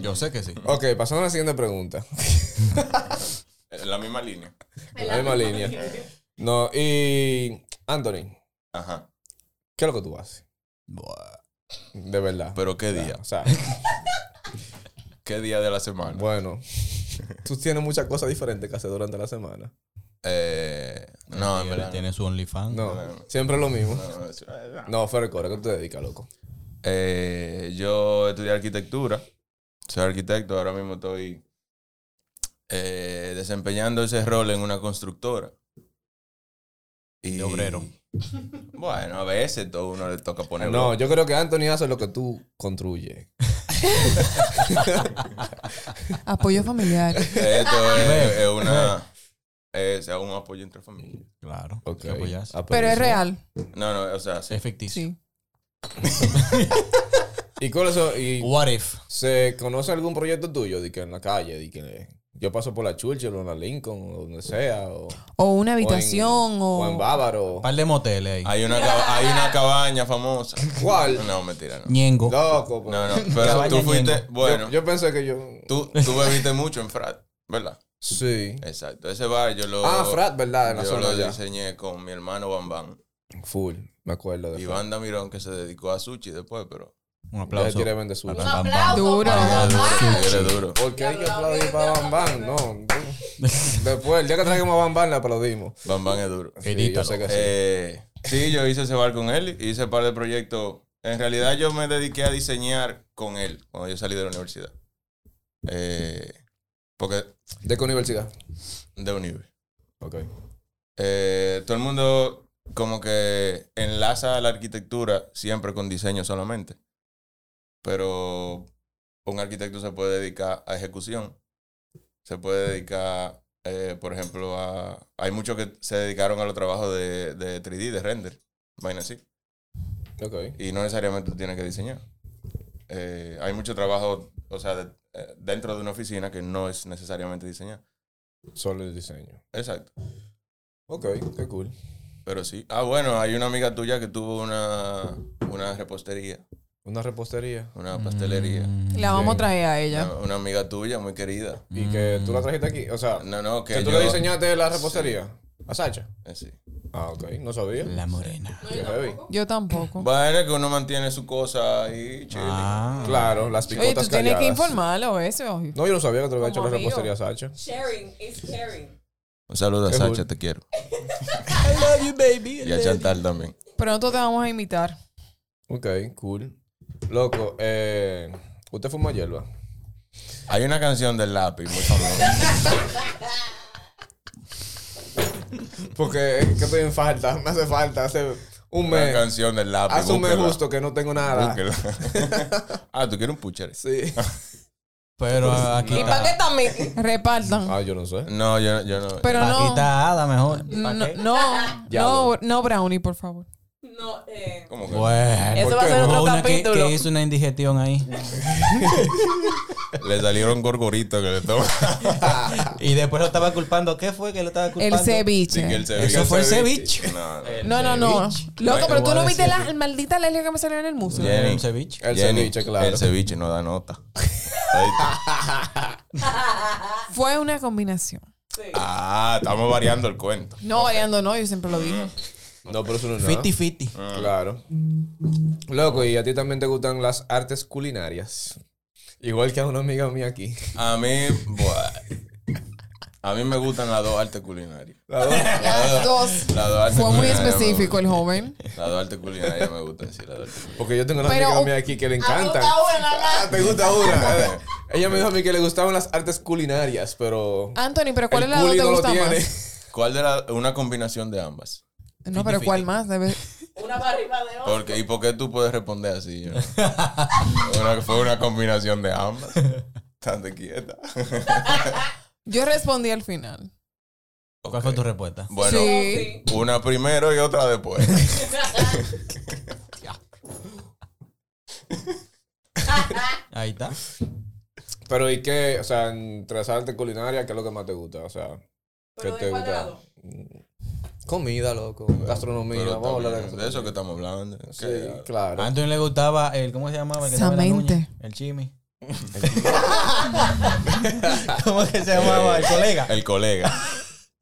S4: yo sé que sí.
S1: Ok, pasando a la siguiente pregunta.
S5: En La misma línea.
S1: La misma línea. No, y. Anthony,
S5: Ajá.
S1: ¿qué es lo que tú haces? De verdad.
S5: Pero qué día,
S1: O sea,
S5: qué día de la semana.
S1: bueno. Tú tienes muchas cosas diferentes que hacer durante la semana.
S5: Eh, no, en verdad.
S4: Tiene su OnlyFans.
S1: No, siempre es lo mismo.
S5: no, eso-
S1: No, Fercora, ¿qué tú te dedicas, loco?
S5: Eh, yo estudié arquitectura. Soy arquitecto. Ahora mismo estoy eh, desempeñando ese rol en una constructora. Y,
S4: De obrero.
S5: Bueno, a veces todo uno le toca poner.
S1: No, yo creo que Anthony hace lo que tú construyes.
S3: Apoyo familiar.
S5: Esto es, es una. Es o sea, un apoyo entre familias.
S4: Claro.
S1: Ok.
S4: que pues apoyarse.
S1: Ah,
S3: Pero es
S1: eso.
S3: real.
S5: No, no, o sea, sí.
S4: Es ficticio.
S3: Sí.
S1: ¿Y cuál es eso? ¿Y
S4: What if?
S1: se conoce algún proyecto tuyo? De que en la calle, de que yo paso por la Churchill o en la Lincoln o donde sea. O,
S3: O una
S1: en-
S3: habitación o.
S1: en Bávaro.
S4: Un par de moteles ahí.
S5: Hay una, caba- hay una cabaña famosa.
S1: ¿Cuál?
S5: No, mentira, no.
S4: Ñengo.
S1: Loco, pues.
S5: No, no, pero
S4: Cabaña
S5: tú fuiste.
S4: Ñengo.
S5: Bueno,
S1: Yo, yo pensé que yo.
S5: Tú, tú bebiste mucho en Frat, ¿verdad?
S1: Sí.
S5: Exacto. Ese bar yo lo.
S1: Ah, Frat, ¿verdad? En la
S5: Yo
S1: zona
S5: lo
S1: allá.
S5: diseñé con mi hermano Bambán.
S1: Full, me acuerdo de Frat.
S5: Iván Damirón, que se dedicó a sushi después, pero.
S4: Un
S1: Ya
S4: aplauso.
S1: tiré vende su.
S4: Bam, bam, bam.
S3: Duro.
S4: Ah,
S5: Era duro, era duro.
S1: ¿Por qué hay que aplaudir para Bam Bam? No. Después, el día que trajimos a Bam Bam, le aplaudimos.
S5: Bambán es duro.
S1: Sí, yo sé que sí.
S5: Eh, sí, yo hice ese bar con él. Hice un par de proyectos. En realidad, yo me dediqué a diseñar con él cuando yo salí de la universidad. Eh, porque.
S1: ¿De qué universidad?
S5: De Unive.
S1: Ok.
S5: Eh, todo el mundo como que enlaza la arquitectura siempre con diseño solamente. Pero un arquitecto se puede dedicar a ejecución. Se puede dedicar, eh, por ejemplo, a... Hay muchos que se dedicaron a los trabajos de, de 3D, de render. Vaina así.
S1: Ok.
S5: Y no necesariamente tú tienes que diseñar. Eh, hay mucho trabajo, o sea, de- eh, dentro de una oficina que no es necesariamente diseñar.
S1: Solo el diseño.
S5: Exacto.
S1: Ok, qué cool.
S5: Pero sí. Ah, bueno, hay una amiga tuya que tuvo una, una repostería,
S1: Una repostería.
S5: una pastelería.
S4: Mm.
S3: La vamos a traer a ella.
S5: Una, una amiga tuya muy querida.
S1: Y que tú la trajiste aquí. O sea,
S5: No, no, que,
S1: que tú
S5: yo-
S1: le diseñaste la repostería. A Sacha.
S5: Eh, sí.
S1: Ah, ok. No sabía.
S4: La morena.
S1: Qué heavy.
S3: Yo tampoco.
S5: Bueno, que uno mantiene su cosa ahí, chile.
S4: Ah.
S1: Claro, las picotas
S3: Oye, tú tienes que
S1: calladas.
S3: informarlo eso.
S1: No, yo no sabía que te lo había hecho la
S3: Como amigo.
S1: repostería a Sacha.
S2: Sharing is caring.
S5: Un saludo a
S1: Qué
S5: Sacha,
S1: cool.
S5: te quiero.
S4: I love you, baby.
S5: Y a Chantal también.
S3: Pronto te vamos a imitar.
S1: Ok, cool. Loco, eh, usted fumó hierba.
S5: Hay una canción del lápiz muy famosa.
S1: Porque es que estoy en falta, me hace falta. Hace un
S5: Una
S1: mes.
S5: canción del lápiz.
S1: Hace un mes
S5: búsquela,
S1: justo que no tengo nada.
S5: búsquela. ah, tú quieres un puchero.
S1: Sí.
S4: Pero aquí
S2: ¿Y para qué
S4: está,
S2: está mi?
S3: Repartan.
S1: Ah, yo no sé.
S5: No, yo, yo no.
S3: Pero
S4: aquí
S3: no.
S4: está Ada mejor.
S3: No,
S4: ¿Pa' qué?
S3: no,
S1: Ya
S3: no, no brownie, por favor.
S2: No, eh.
S5: ¿Cómo que?
S4: Bueno.
S2: Eso va a ser
S4: Hubo
S2: otro
S4: una que,
S2: capítulo.
S4: que hizo una indigestión ahí.
S5: Le salieron gorgoritos que le toman.
S4: Y después lo estaba culpando. ¿Qué fue que lo estaba culpando?
S3: El ceviche.
S4: Eso fue el ceviche.
S5: No,
S3: No,
S5: no.
S3: no, no. Loco,
S5: Bueno,
S3: pero
S4: voy
S3: tú
S4: a
S3: no viste
S4: decir-
S3: la maldita alergia que me salió en el muslo.
S5: Yeah.
S4: Un ceviche.
S1: El
S5: Jenny,
S1: ceviche, claro.
S5: El ceviche no da nota. Ahí
S3: Fue una combinación.
S5: está. ah, estamos variando el cuento.
S3: No variando, no, yo siempre lo dije.
S1: No, pero eso no es nada.
S4: Fiti fiti.
S1: Ah, Claro. Loco, y a ti también te gustan las artes culinarias. Igual que a una amiga mía aquí.
S5: A mí, buah, a mí me gustan las dos artes culinarias.
S1: La dos.
S3: Las dos.
S5: Las dos artes
S3: Fue muy
S5: culinarias me
S3: específico el
S5: gustan.
S3: joven.
S5: Las dos artes culinarias me gustan, sí, las dos artes culinarias.
S1: Porque yo tengo una
S3: Pero-
S1: amiga mía aquí que le encanta.
S2: Ah, tú estás buena,
S1: Ah, te gusta una. Ella me dijo a mí que le gustaban las artes culinarias, pero.
S3: Anthony, pero Ah, ¿cuál
S1: el
S3: es la que
S1: culi
S3: te
S1: no lo
S3: gusta
S1: tiene.
S3: más?
S5: ¿Cuál de la, una combinación de ambas?
S3: No, pero ¿cuál más? Debe-
S2: Una para arriba de otra.
S5: ¿Por qué? ¿Y por qué tú puedes responder así? yo? Una- fue una combinación de ambas. Estante quieta.
S3: Yo respondí al final.
S4: ¿Cuál fue tu respuesta?
S5: Bueno,
S3: sí.
S5: una primero y otra después.
S4: Ahí está.
S1: Pero, ¿y qué? O sea, entre las artes culinarias, ¿qué es lo que más te gusta? O sea, ¿qué
S2: ¿Pero de
S1: te
S2: cuál
S1: gusta?
S2: lado?
S1: Comida, loco. Gastronomía.
S5: Pero
S1: vamos a hablar de
S5: también,
S1: eso.
S5: de eso que estamos hablando.
S1: Sí,
S5: Que-
S1: claro.
S4: A Anthony le gustaba el. ¿Cómo se llamaba? El que estaba en la
S3: Samente.
S4: uña? El chimi. ¿Cómo que se llamaba? El colega.
S5: El colega.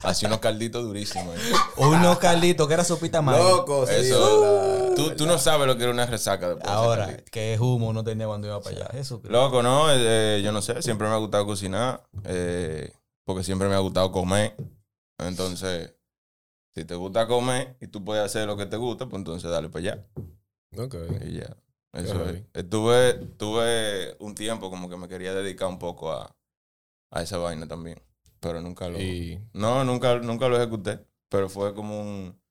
S5: Hacía unos calditos durísimos. eh. ahí.
S4: Uno Carlito, que era sopita mala.
S1: Loco, sí,
S5: Eso.
S1: ¿verdad?
S5: Tú, tú no sabes lo que era una resaca después. de ese
S4: Ahora,
S5: caldito.
S4: que humo no tenía cuando iba para allá. Eso.
S5: Loco, ¿no? Eh, yo no sé. Siempre me ha gustado cocinar. eh, porque siempre me ha gustado comer. Entonces, si te gusta comer y tú puedes hacer lo que te gusta, pues entonces dale para allá.
S1: Ok.
S5: Y ya. Eso
S1: Ajá.
S5: es. Estuve, tuve un tiempo como que me quería dedicar un poco a, a esa vaina también. Pero nunca lo.
S1: Y.
S5: No, nunca, nunca lo ejecuté. Pero fue como un.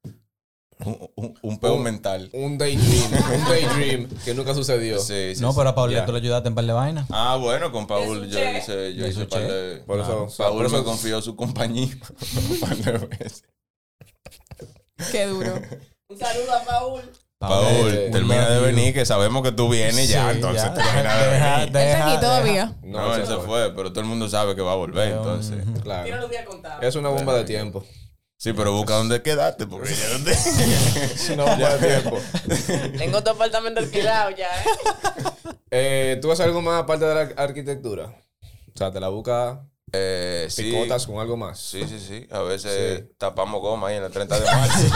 S5: Un, un, un peo
S4: Oh.
S1: Un-
S5: mental.
S1: Un daydream. un daydream que nunca sucedió.
S5: Sí, sí,
S4: No,
S5: sí.
S4: pero a Paulina
S1: Ya.
S4: tú le ayudaste en par de vainas.
S5: Ah, bueno, con Paul
S2: Es un
S5: yo
S2: che.
S5: hice, yo
S4: Es
S5: hice
S4: un
S5: un par
S4: che.
S5: de.
S1: Por eso.
S4: Claro.
S1: o sea, por
S5: Paul
S1: eso
S5: me confió su compañía un par de veces.
S3: Qué duro.
S2: Un saludo a Paul.
S5: Paul,
S1: eh,
S5: termina
S4: un
S5: de
S4: love you.
S5: venir, que sabemos que tú vienes ya,
S4: Sí,
S5: entonces
S4: ya.
S5: termina de
S4: Deja-
S5: venir.
S3: Él está
S4: deja-
S3: aquí todavía.
S1: No,
S5: No, él
S1: eso
S5: se fue, pero todo el mundo sabe que va a volver,
S4: Pero,
S5: entonces.
S4: ujú.
S2: Yo no
S1: Claro.
S2: lo había contado.
S1: Es una bomba de tiempo.
S5: Sí, pero busca dónde quedarte, porque ya dónde.
S1: Es una bomba de
S4: pues.
S1: tiempo.
S2: Tengo tu apartamento alquilado ya, ¿eh?
S1: Eh, ¿Tú haces algo más aparte de la arquitectura? O sea, te la buscas
S5: Eh, sí,
S1: picotas con algo más.
S5: sí, sí, sí. A veces tapamos goma ahí en la 30 de marzo.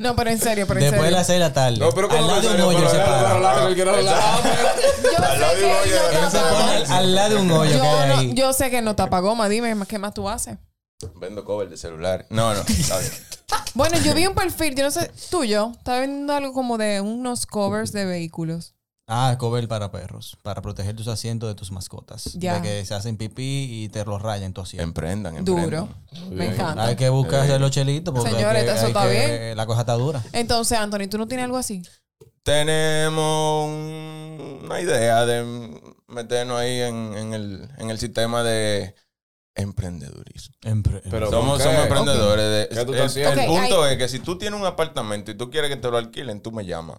S3: No, pero en serio, pero en
S4: Ah, Después de
S3: serio.
S4: las seis de la tarde.
S1: No, pero
S4: al
S1: como
S4: lado de un
S1: pero
S4: hoyo se
S1: relaja,
S4: para.
S1: relaja, que quiero relajar.
S3: Yo
S5: Al lado
S3: sé
S5: de
S3: que
S5: un hoyo
S3: él no
S5: de
S4: Él se
S3: tapa
S4: pone
S3: goma.
S4: al, al lado de un hoyo
S3: Yo
S4: que hay
S3: no-
S4: ahí.
S3: Yo sé que no tapa goma. Dime, ¿qué más tú haces?
S5: Vendo cover de celular. No, no, está bien.
S3: Bueno, yo vi un perfil, yo no sé, tuyo. Estaba vendiendo algo como de unos covers de vehículos.
S4: Ah, cover para perros. Para proteger tus asientos de tus mascotas.
S3: Ya.
S4: De que se hacen pipí y te los rayan tu asiento.
S5: Emprendan, emprendan.
S3: Duro. Me encanta.
S4: Hay que buscarse
S5: Eh.
S4: los chelitos porque hay
S3: Señores,
S4: que-
S3: eso
S4: hay
S3: está
S4: que-
S3: bien.
S4: La cosa está dura.
S3: Entonces, Anthony, ¿tú no tienes algo así?
S5: Tenemos un- una idea de meternos ahí en, en el, en el sistema de emprendedurismo.
S4: Empre-
S1: Pero ¿con
S5: Somos,
S1: qué?
S5: somos emprendedores.
S1: ¿Qué tú
S5: De,
S1: estás
S5: el, el
S3: haciendo? Ok,
S5: punto es que si tú tienes un apartamento y tú quieres que te lo alquilen, tú me llamas.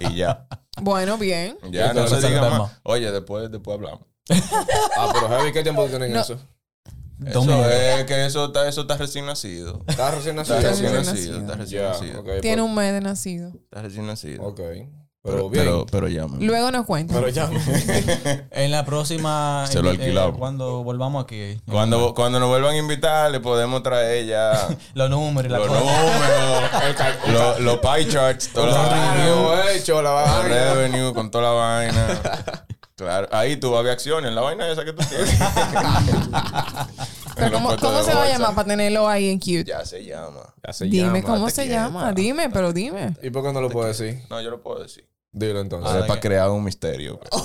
S5: y ya.
S3: Bueno, bien.
S5: Ya,
S4: te
S5: no
S4: lo
S5: se diga
S4: resolvemos.
S5: más. Oye, después, después hablamos.
S1: Ah, pero Javi, ¿qué tiempo tienen
S3: No.
S1: eso?
S4: Dos
S5: Eso
S4: minutos.
S5: es que eso está, eso está recién nacido.
S1: ¿Estás recién nacido?
S5: Está recién
S3: recién
S5: nacido, está recién
S1: Ya,
S5: nacido.
S1: ok,
S3: Tiene un mes de nacido.
S5: Está recién nacido.
S1: pues, Ok. Pero,
S5: Pero,
S1: bien.
S5: pero, pero llámame.
S3: Luego nos cuenta.
S1: Pero ya.
S4: En la próxima.
S5: Se lo
S4: eh,
S5: alquilamos.
S4: cuando volvamos aquí. eh,
S5: Cuando, cuando nos vuelvan a invitar, le podemos traer ya
S4: Los números y la
S5: los
S4: cosa.
S5: números, los, los pie charts, toda la vaina,
S1: Claro, hecho, la
S5: los
S1: vaina.
S5: revenue con toda la vaina. Claro, ahí tú vas a ver acciones, la vaina esa que tú tienes.
S3: Pero
S5: Los
S3: ¿cómo,
S5: puestos
S3: cómo
S5: de
S3: se va a
S5: bolsa.
S3: llamar para tenerlo ahí en cute?
S5: Ya se llama.
S1: Ya se
S3: dime
S1: llama,
S3: cómo
S1: te
S3: se
S1: quiero.
S3: llama, dime, pero dime.
S1: ¿Y por qué no lo puedo decir?
S5: No, yo lo puedo decir. Ah,
S1: Dilo entonces.
S4: Ah,
S5: es para crear un misterio. pues.
S3: Oh,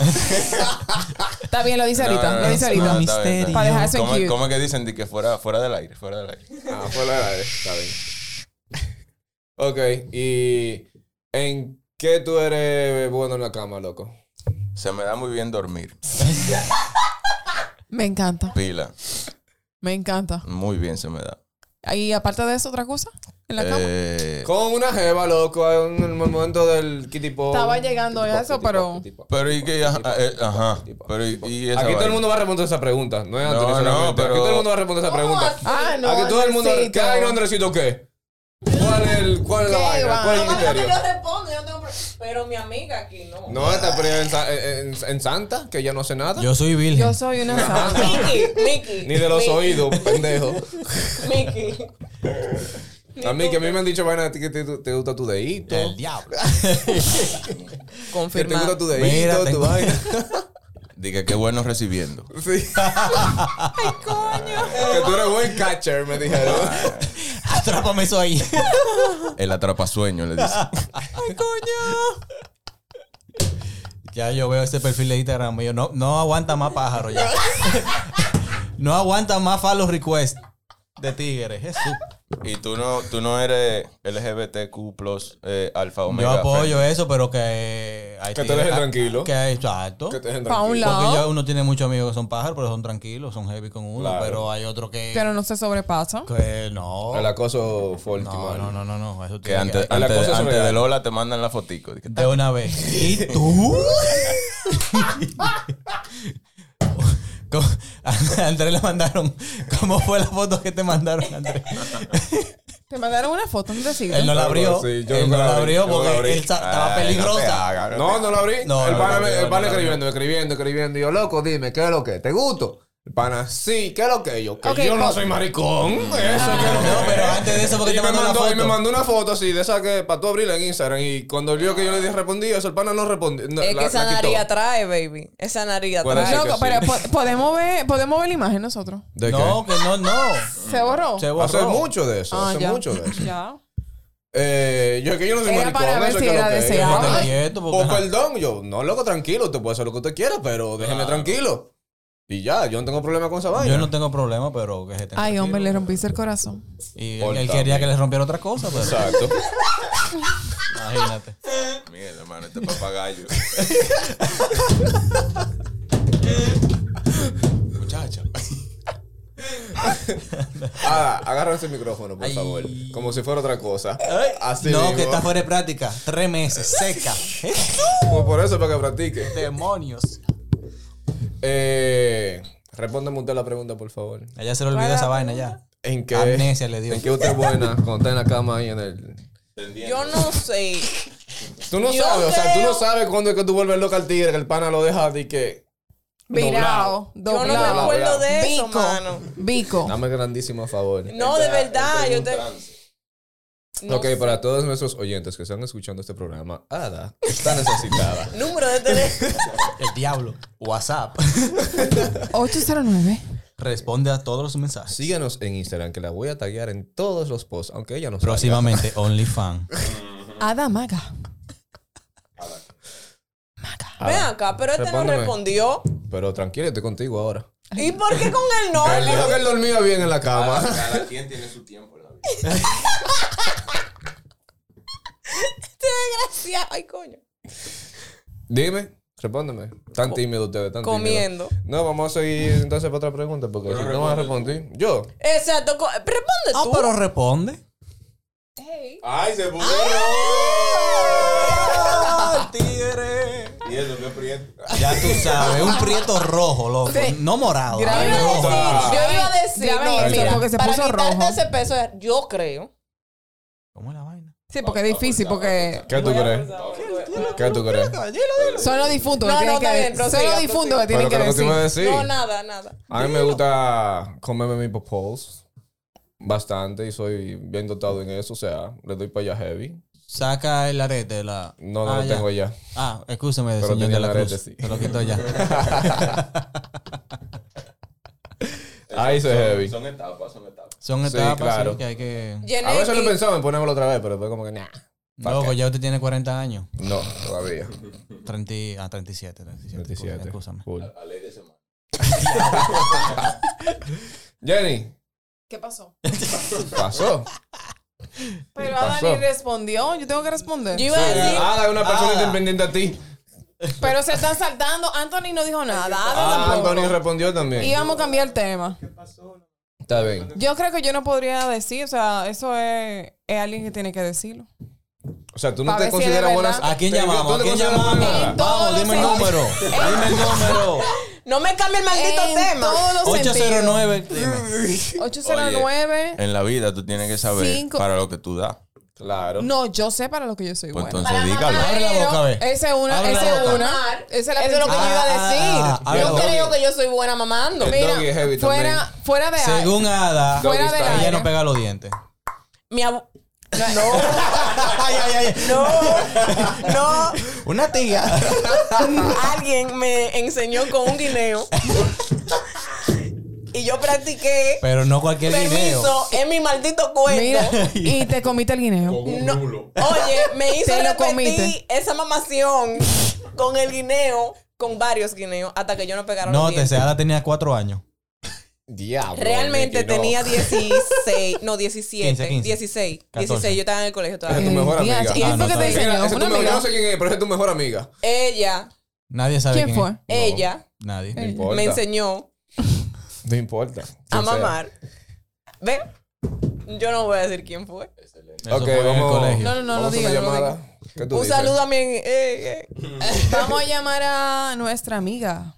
S3: Está bien, lo dice ahorita, lo dice ahorita.
S4: no, Ah, está bien, está bien.
S3: Para dejar eso en
S5: ¿Cómo,
S3: cute.
S5: ¿Cómo es que dicen de que fuera, fuera del aire? Fuera del aire.
S1: Ah, fue la de- Está bien. Ok, y ¿en qué tú eres bueno en la cama, loco?
S5: Se me da muy bien dormir.
S3: Me encanta,
S5: Pila.
S3: me encanta.
S5: Muy bien se me da.
S3: Y aparte de eso, otra cosa en la cama.
S5: Eh,
S1: Con una jeva, loco, en el momento del ¿qué tipo.
S3: Estaba llegando a eso, pero-
S5: pero y que... Ajá. eh, ajá. Pero y, y esa
S1: Aquí todo el
S5: vaina?
S1: mundo va a responder esa pregunta. No es
S5: No,
S1: Andrés
S5: no,
S1: solamente.
S5: pero-
S1: Aquí todo el mundo va a responder esa pregunta.
S3: Ah, no.
S1: Aquí todo el mundo. ¿Qué
S3: Andresito.
S1: hay, Andresito? ¿Qué? ¿Cuál es, el, cuál es la
S3: ¿Qué,
S1: vaina?
S3: Iván?
S1: ¿Cuál es el
S2: No, pero
S1: misterio?
S2: yo respondo, yo tengo... pro- Pero mi amiga aquí no.
S1: No, está perdida en, Sa- en- en- en Santa, que ya no hace nada.
S4: Yo soy virgen.
S3: Yo soy una santa.
S2: Miki, Miki.
S1: Ni de los
S2: Miki,
S1: oídos, pendejo.
S2: Miki.
S1: A mí, que a mí me han dicho vaina que te, te gusta tu dedito.
S4: El diablo.
S1: Que te gusta tu
S4: Mira,
S1: dedito, tu
S4: tengo-
S1: vaina.
S5: Dije, qué bueno recibiendo.
S1: Sí. Que tú eres buen catcher, me dijeron.
S4: Atrápame eso ahí.
S5: El atrapasueño le dice.
S4: Ya yo veo ese perfil de Instagram. y Yo no, no aguanta más pájaro ya. no aguanta más follow request de tigres. Jesús.
S5: Y tú no, tú no eres LGBTQ plus eh, alfa
S4: Yo
S5: omega.
S4: apoyo eso, pero que. eh, hay
S1: Que te
S4: tigres- ah,
S1: dejen tranquilo.
S4: Que exacto.
S1: Que te dejen
S3: Pa' un
S1: tranquilo.
S3: lado.
S4: Porque ya uno tiene muchos amigos que son pájaros, pero son tranquilos, son heavy con uno.
S1: Claro.
S4: Pero hay otros que.
S3: Pero no se sobrepasa.
S4: que no.
S1: El acoso fue el
S4: No, no, no, no, no. Eso
S5: Que
S4: tiene
S5: antes,
S1: la
S5: antes-
S1: cosa es
S5: antes de
S1: real.
S5: Lola te mandan la fotico. Dije,
S4: De una vez. ¿Y tú? ¿Cómo? A Andrés le mandaron. ¿Cómo fue la foto que te mandaron, Andrés?
S3: Te mandaron una foto, no te
S4: Él no
S3: sigas.
S4: la abrió.
S1: Sí, yo
S4: él
S1: nunca
S4: no la
S1: la abrí,
S4: abrió
S1: yo no la
S4: porque
S1: abrí.
S4: él sa- estaba
S5: "Ay, Ah, no te
S4: peligrosa.
S5: hagas,
S1: No, no lo abrí.
S4: No,
S1: el
S4: no
S1: pana,
S4: lo
S1: me-
S4: abrió,
S1: el
S4: no
S1: pana
S4: lo
S1: escribiendo, escribiendo, escribiendo. Y yo, loco, dime, ¿qué es lo que? ¿Te gusto? El pana, sí, ¿qué es lo que? Yo, que
S3: Ok, Mm.
S1: yo no
S3: pero-
S1: soy maricón. Eso, ¿qué es lo que?
S4: No, pero antes de eso, porque
S1: Y
S4: te
S1: me,
S4: mandó una
S1: mandó, y me
S4: foto.
S1: mandó una foto así de esa que para tú abrirla en Instagram. Y cuando vio que yo le dije respondí, eso el pana no respondió. no,
S2: Es
S1: la-
S2: que esa
S1: la quitó.
S2: nariz atrae, baby. Esa nariz
S1: Puede
S2: atrae.
S1: ser que
S3: Loco,
S1: sí.
S3: pero po- podemos ver, podemos ver la imagen nosotros.
S1: ¿De
S4: No, que no, no.
S3: ¿Se borró?
S4: Se
S1: qué?
S4: borró.
S1: Hace mucho de eso,
S3: Ah,
S1: hace
S3: ya.
S1: mucho de eso.
S3: Ya.
S1: Eh, yo es que yo no soy
S3: Era
S1: maricón.
S3: para ver
S1: eso es
S3: si
S1: que
S3: era
S1: lo que es.
S3: deseable.
S1: Yo,
S4: Estate
S1: "Ah,
S4: quieto,
S1: Pues
S4: porque.
S1: perdón, yo, no, loco, tranquilo, usted puede hacer lo que usted quiera, pero déjeme tranquilo. Y ya, yo no tengo problema con esa vaina.
S4: Yo no tengo problema, pero que se tenga
S3: Ay,
S4: tranquilo.
S3: hombre, le rompiste el corazón.
S4: Y él,
S1: Por
S4: él quería
S1: también.
S4: que le rompiera otra cosa, pero
S1: Exacto.
S4: imagínate.
S5: Mierda, hermano, este papagayo. Muchacha.
S1: Ah, agarra ese micrófono, por favor. Como si fuera otra cosa. Así
S4: no,
S1: mismo.
S4: que está fuera de práctica. Tres meses, seca.
S1: Como por eso, para que practique.
S4: Demonios.
S1: Eh, respóndeme usted la pregunta, por favor.
S4: Allá se le olvidó esa vaina ya.
S1: ¿En qué?
S4: Amnesia le dio.
S1: ¿En qué usted es buena cuando está en la cama y en el...
S2: Yo no sé.
S1: Tú no
S2: Yo
S1: sabes, o sea, tú no
S2: creo-
S1: sabes cuándo es que tú vuelves loca al tigre, que el pana lo deja de que...
S3: Virado,
S2: Yo no me
S3: doblado,
S2: acuerdo de eso,
S3: bico,
S2: mano.
S3: bico.
S1: Dame grandísimo favor.
S2: No, de verdad. Yo te. No
S1: ok,
S2: sé.
S1: para todos nuestros oyentes que están escuchando este programa, Ada está necesitada.
S2: Número de teléfono.
S4: El diablo. WhatsApp.
S3: 809.
S4: Responde a todos los mensajes.
S1: Síganos en Instagram, que la voy a taggear en todos los posts, aunque ella no salga.
S4: Próximamente, OnlyFans.
S3: Ada Maga.
S2: Ven acá, pero este no
S1: Respóndeme.
S2: respondió.
S1: Pero tranquilo, estoy contigo ahora.
S2: ¿Y por qué con el no?
S1: Él dijo que él dormía bien en la cama.
S5: Cada quien tiene su tiempo en la vida.
S2: Este desgraciado. Ay, coño.
S1: Dime, respóndeme. Tan tímido ustedes, tan tímido.
S2: Comiendo.
S1: No, vamos a seguir entonces para otra pregunta, porque si no vas a responder. Yo.
S2: Exacto. co- Responde
S4: Ah,
S2: tú.
S4: pero responde.
S2: Hey.
S5: ¡Ay, se puso!
S2: Ah.
S4: tigre!
S5: Y eso, qué prieto.
S4: Ya tú sabes, un prieto rojo, loco. No morado.
S3: Grave.
S4: Ay, rojo.
S1: Ah.
S2: Yo iba a decir,
S3: Graben
S2: no,
S3: esto,
S2: mira,
S3: porque se
S2: para
S3: puso
S2: quitarte
S3: rojo.
S2: ese peso, yo creo.
S4: ¿Cómo es la vaina?
S3: Sí, porque es difícil, porque
S1: ¿Qué tú crees? ¿Qué tú crees?
S3: son los difuntos que
S2: No,
S3: tienen
S2: no,
S3: que
S2: está
S3: ver.
S2: bien,
S3: Son
S2: prosiga,
S3: los difuntos
S1: Pero
S3: que tienen
S1: que
S3: que
S1: lo que tú me
S3: decir.
S1: decís.
S2: No, nada, nada.
S1: A mí me gusta comerme mis popoles bastante y soy bien dotado en eso. O sea, le doy para allá heavy.
S4: Saca el arete de la.
S1: No, no
S4: Ah,
S1: lo
S4: ya.
S1: tengo ya.
S4: Ah, escúchame,
S1: Pero
S4: señor
S1: tenía
S4: de
S1: el
S4: la
S1: arete,
S4: cruz.
S1: sí.
S4: Te lo quito ya.
S1: Ahí se
S5: son-
S1: heavy.
S5: Son etapas, son etapas.
S4: Son
S1: Sí,
S4: etapas sí,
S1: claro.
S4: que hay que.
S1: A veces lo
S2: mi-
S1: pensaba en ponérmelo otra vez, pero fue como que nah. ¿pa'
S4: Loco,
S1: qué?
S4: ya usted tiene 40 años.
S1: No, todavía.
S4: 30, y- ah, 37, 37.
S1: 27.
S4: Escúchame.
S1: Cool.
S5: A ley de semana.
S1: Jenny,
S3: ¿Qué pasó?
S1: pasó.
S3: Pero
S1: pasó?
S3: Adani respondió. Yo tengo que responder.
S2: Yo iba a decir.
S1: Ah, es una persona
S4: Ada.
S1: independiente a ti.
S3: Pero se están saltando. Anthony no dijo nada. Ada
S1: Ah,
S3: tampoco.
S1: Anthony respondió también.
S3: Y vamos a cambiar el tema.
S1: Está bien.
S3: Yo creo que yo no podría decir. O sea, eso es, es alguien que tiene que decirlo.
S1: O sea, tú no
S3: Pa'
S1: te
S3: ver si es
S1: consideras
S3: de
S1: buena.
S3: verdad.
S4: ¿A quién
S1: ¿Tú te
S4: llamamos? ¿A quién
S1: consideras
S4: llamamos?
S1: buena?
S3: En todos
S4: Vamos, dime el
S3: los
S4: número. Dime el número.
S2: No me cambie el maldito
S3: en
S2: tema.
S3: todos los
S4: 809. Dime.
S3: sentidos. 809.
S1: eh.
S5: En la vida tú tienes que saber
S3: Cinco.
S5: para lo que tú das.
S1: Claro.
S3: No, yo sé para lo que yo soy
S5: Pues
S3: buena.
S5: entonces dígalo.
S4: Abre la boca, ve.
S3: Esa es una,
S4: Abre la
S3: esa es
S4: boca.
S3: una. Esa es la
S2: Eso es lo que yo
S3: principal.
S4: Ah,
S2: iba
S4: ah, ah,
S2: a
S4: ah,
S2: decir. Yo
S1: ah,
S2: creo
S1: ah.
S2: que yo soy buena mamando.
S1: El doggy es heavy
S3: Fuera,
S1: también.
S3: fuera de
S4: ah, Según Ada,
S3: Fuera
S1: Doggy
S3: de
S1: style.
S3: aire.
S4: ella no pega los dientes.
S2: Mi abu-
S4: Ay, ay, ay.
S2: No,
S4: Una tía.
S2: no. Alguien me enseñó con un guineo. y yo practiqué
S4: Pero no cualquier video.
S2: permiso en mi maldito cuerpo.
S3: Mira, y te comiste el guineo.
S2: No. Oye, me hizo
S3: Te lo
S2: repetir
S3: comiste.
S2: esa mamación con el guineo, con varios guineos, hasta que yo no pegaron
S4: No,
S2: los
S4: te
S2: dientes.
S4: Ada tenía cuatro años.
S1: Diablo.
S2: Realmente
S1: Nicky, no.
S2: tenía 16,
S4: 15,
S2: no 17,
S4: 15.
S2: 16,
S4: 14.
S2: 16, yo estaba en el colegio
S1: Esa es
S2: todavía.
S1: tu mejor amiga.
S3: Eh, Diache,
S4: Ah,
S3: ¿Quién
S4: no,
S3: fue que te
S1: Mira,
S3: enseñó?
S4: está
S1: esa es tu
S3: Una
S1: mejor- yo
S3: amiga.
S1: no sé quién es, pero esa es tu mejor amiga.
S2: Ella,
S4: Nadie sabe
S3: ¿Quién
S4: quién es.
S3: fue?
S2: ella
S4: Nadie.
S1: No importa.
S2: me enseñó
S1: No importa.
S2: a
S1: Quien sea.
S2: mamar. ¿Ve? Yo no voy a decir quién fue.
S4: Eso
S1: Ok,
S4: fue en el
S1: vamos.
S4: colegio.
S3: No, no, no, lo
S1: Vamos a
S3: digas.
S1: una
S3: no lo
S1: llamada.
S3: digas.
S1: ¿Qué tú
S2: Un
S1: dices?
S2: saludo a mi... eh, eh.
S3: Vamos a llamar a nuestra amiga.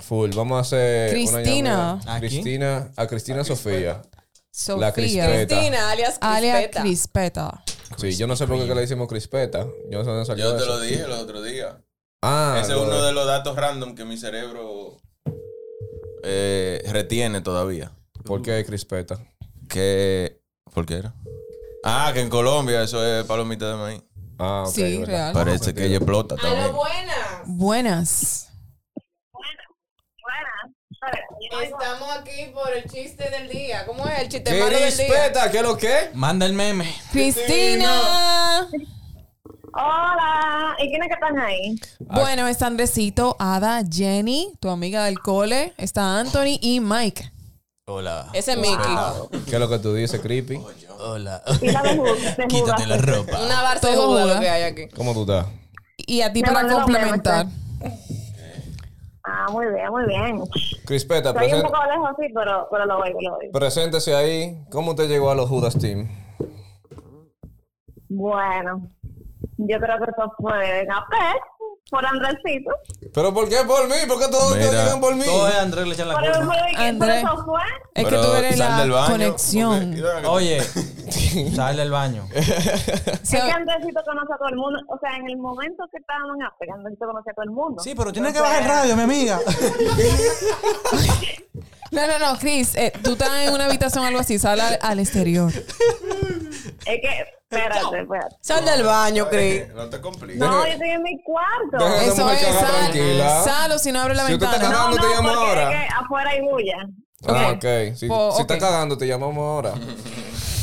S1: Full, vamos a hacer.
S3: Cristina.
S1: Una llamada.
S4: ¿A quién?
S1: Cristina. A Cristina Sofía.
S3: Sofía.
S1: Crispeta.
S2: Cristina, alias
S3: Alia
S2: Crispeta.
S3: Crispeta.
S1: Sí, yo no sé por qué que le decimos crispeta. Yo no sé dónde salió
S5: Yo te
S1: eso.
S5: lo dije los otros días.
S1: Ah,
S5: Ese es
S1: lo
S5: uno
S1: de-
S5: de los datos random que mi cerebro eh, retiene todavía.
S1: ¿Por qué crispeta?
S5: Que. ¿Por qué era? Ah, que en Colombia eso es palomita de maíz.
S1: Ah, ok.
S3: Sí,
S1: verdad.
S3: real.
S5: Parece que ella explota
S2: A lo
S5: también.
S2: buena.
S3: Buenas.
S2: Estamos aquí por el chiste del día. ¿Cómo es el chiste
S1: ¿Qué
S2: malo del día?
S1: crispeta? ¿Qué es lo que?
S4: Manda el meme.
S3: Cristina.
S6: Hola, ¿y quiénes que están ahí?
S3: Bueno, está Andresito, Ada, Jenny, tu amiga del cole, está Anthony y Mike.
S4: Hola.
S2: Ese es Mickey.
S1: ¿Qué es lo que tú dices, creepy?
S4: Hola.
S6: Y la de Ju- de
S4: Quítate
S6: Judas.
S4: la ropa.
S2: Una barca
S3: Todo
S2: de
S3: juega.
S2: lo que hay aquí.
S1: ¿Cómo tú estás?
S3: Y a ti
S6: Me
S3: para
S6: mandó los memes,
S3: complementar.
S6: Ah, muy bien, muy bien.
S1: Crispeta,
S6: Estoy un
S1: presen-
S6: poco lejos, sí, pero, pero lo oigo, lo oigo.
S1: preséntese ahí. ¿Cómo usted llegó a los Judas Team?
S6: Bueno, yo creo que eso fue café por Andresito.
S1: ¿Pero por qué por mí? ¿Por qué todos te
S5: Mira.
S1: llegan por mí?
S4: Todo es Andrés le echan la
S6: Por, eso
S4: culpa.
S6: fue que- por
S3: Andrés.
S6: eso fue.
S3: Es que
S5: Pero
S3: tú eres
S5: sal del
S3: la
S5: baño,
S3: conexión.
S5: porque-
S4: Oye, sal del baño.
S3: O
S6: Es que
S3: sea,
S6: Andresito conoce a todo el mundo. O sea, en el momento que estábamos en Ape, Andresito conocía a todo el mundo.
S4: Sí, pero
S6: tiene
S4: tienes que bajar el radio, mi amiga.
S3: no, no, no, Chris, eh, tú estás en una habitación o algo así, sal al, al exterior.
S6: Es que, espérate, espérate.
S2: Sal del baño, Cris.
S5: No te compliques.
S6: No, yo estoy en mi cuarto.
S1: Deja de- Esa
S3: Eso es,
S1: muchacha
S3: sal,
S1: tranquila.
S3: sal o si no abre la
S1: Si usted está
S3: ventana.
S1: cagando- te llamo
S6: porque
S1: ahora.
S6: es que afuera hay bulla.
S1: Ah,
S3: Ok.
S1: ok. Si,
S3: Po-
S1: si estás
S3: ok.
S1: cagando, te llamamos ahora.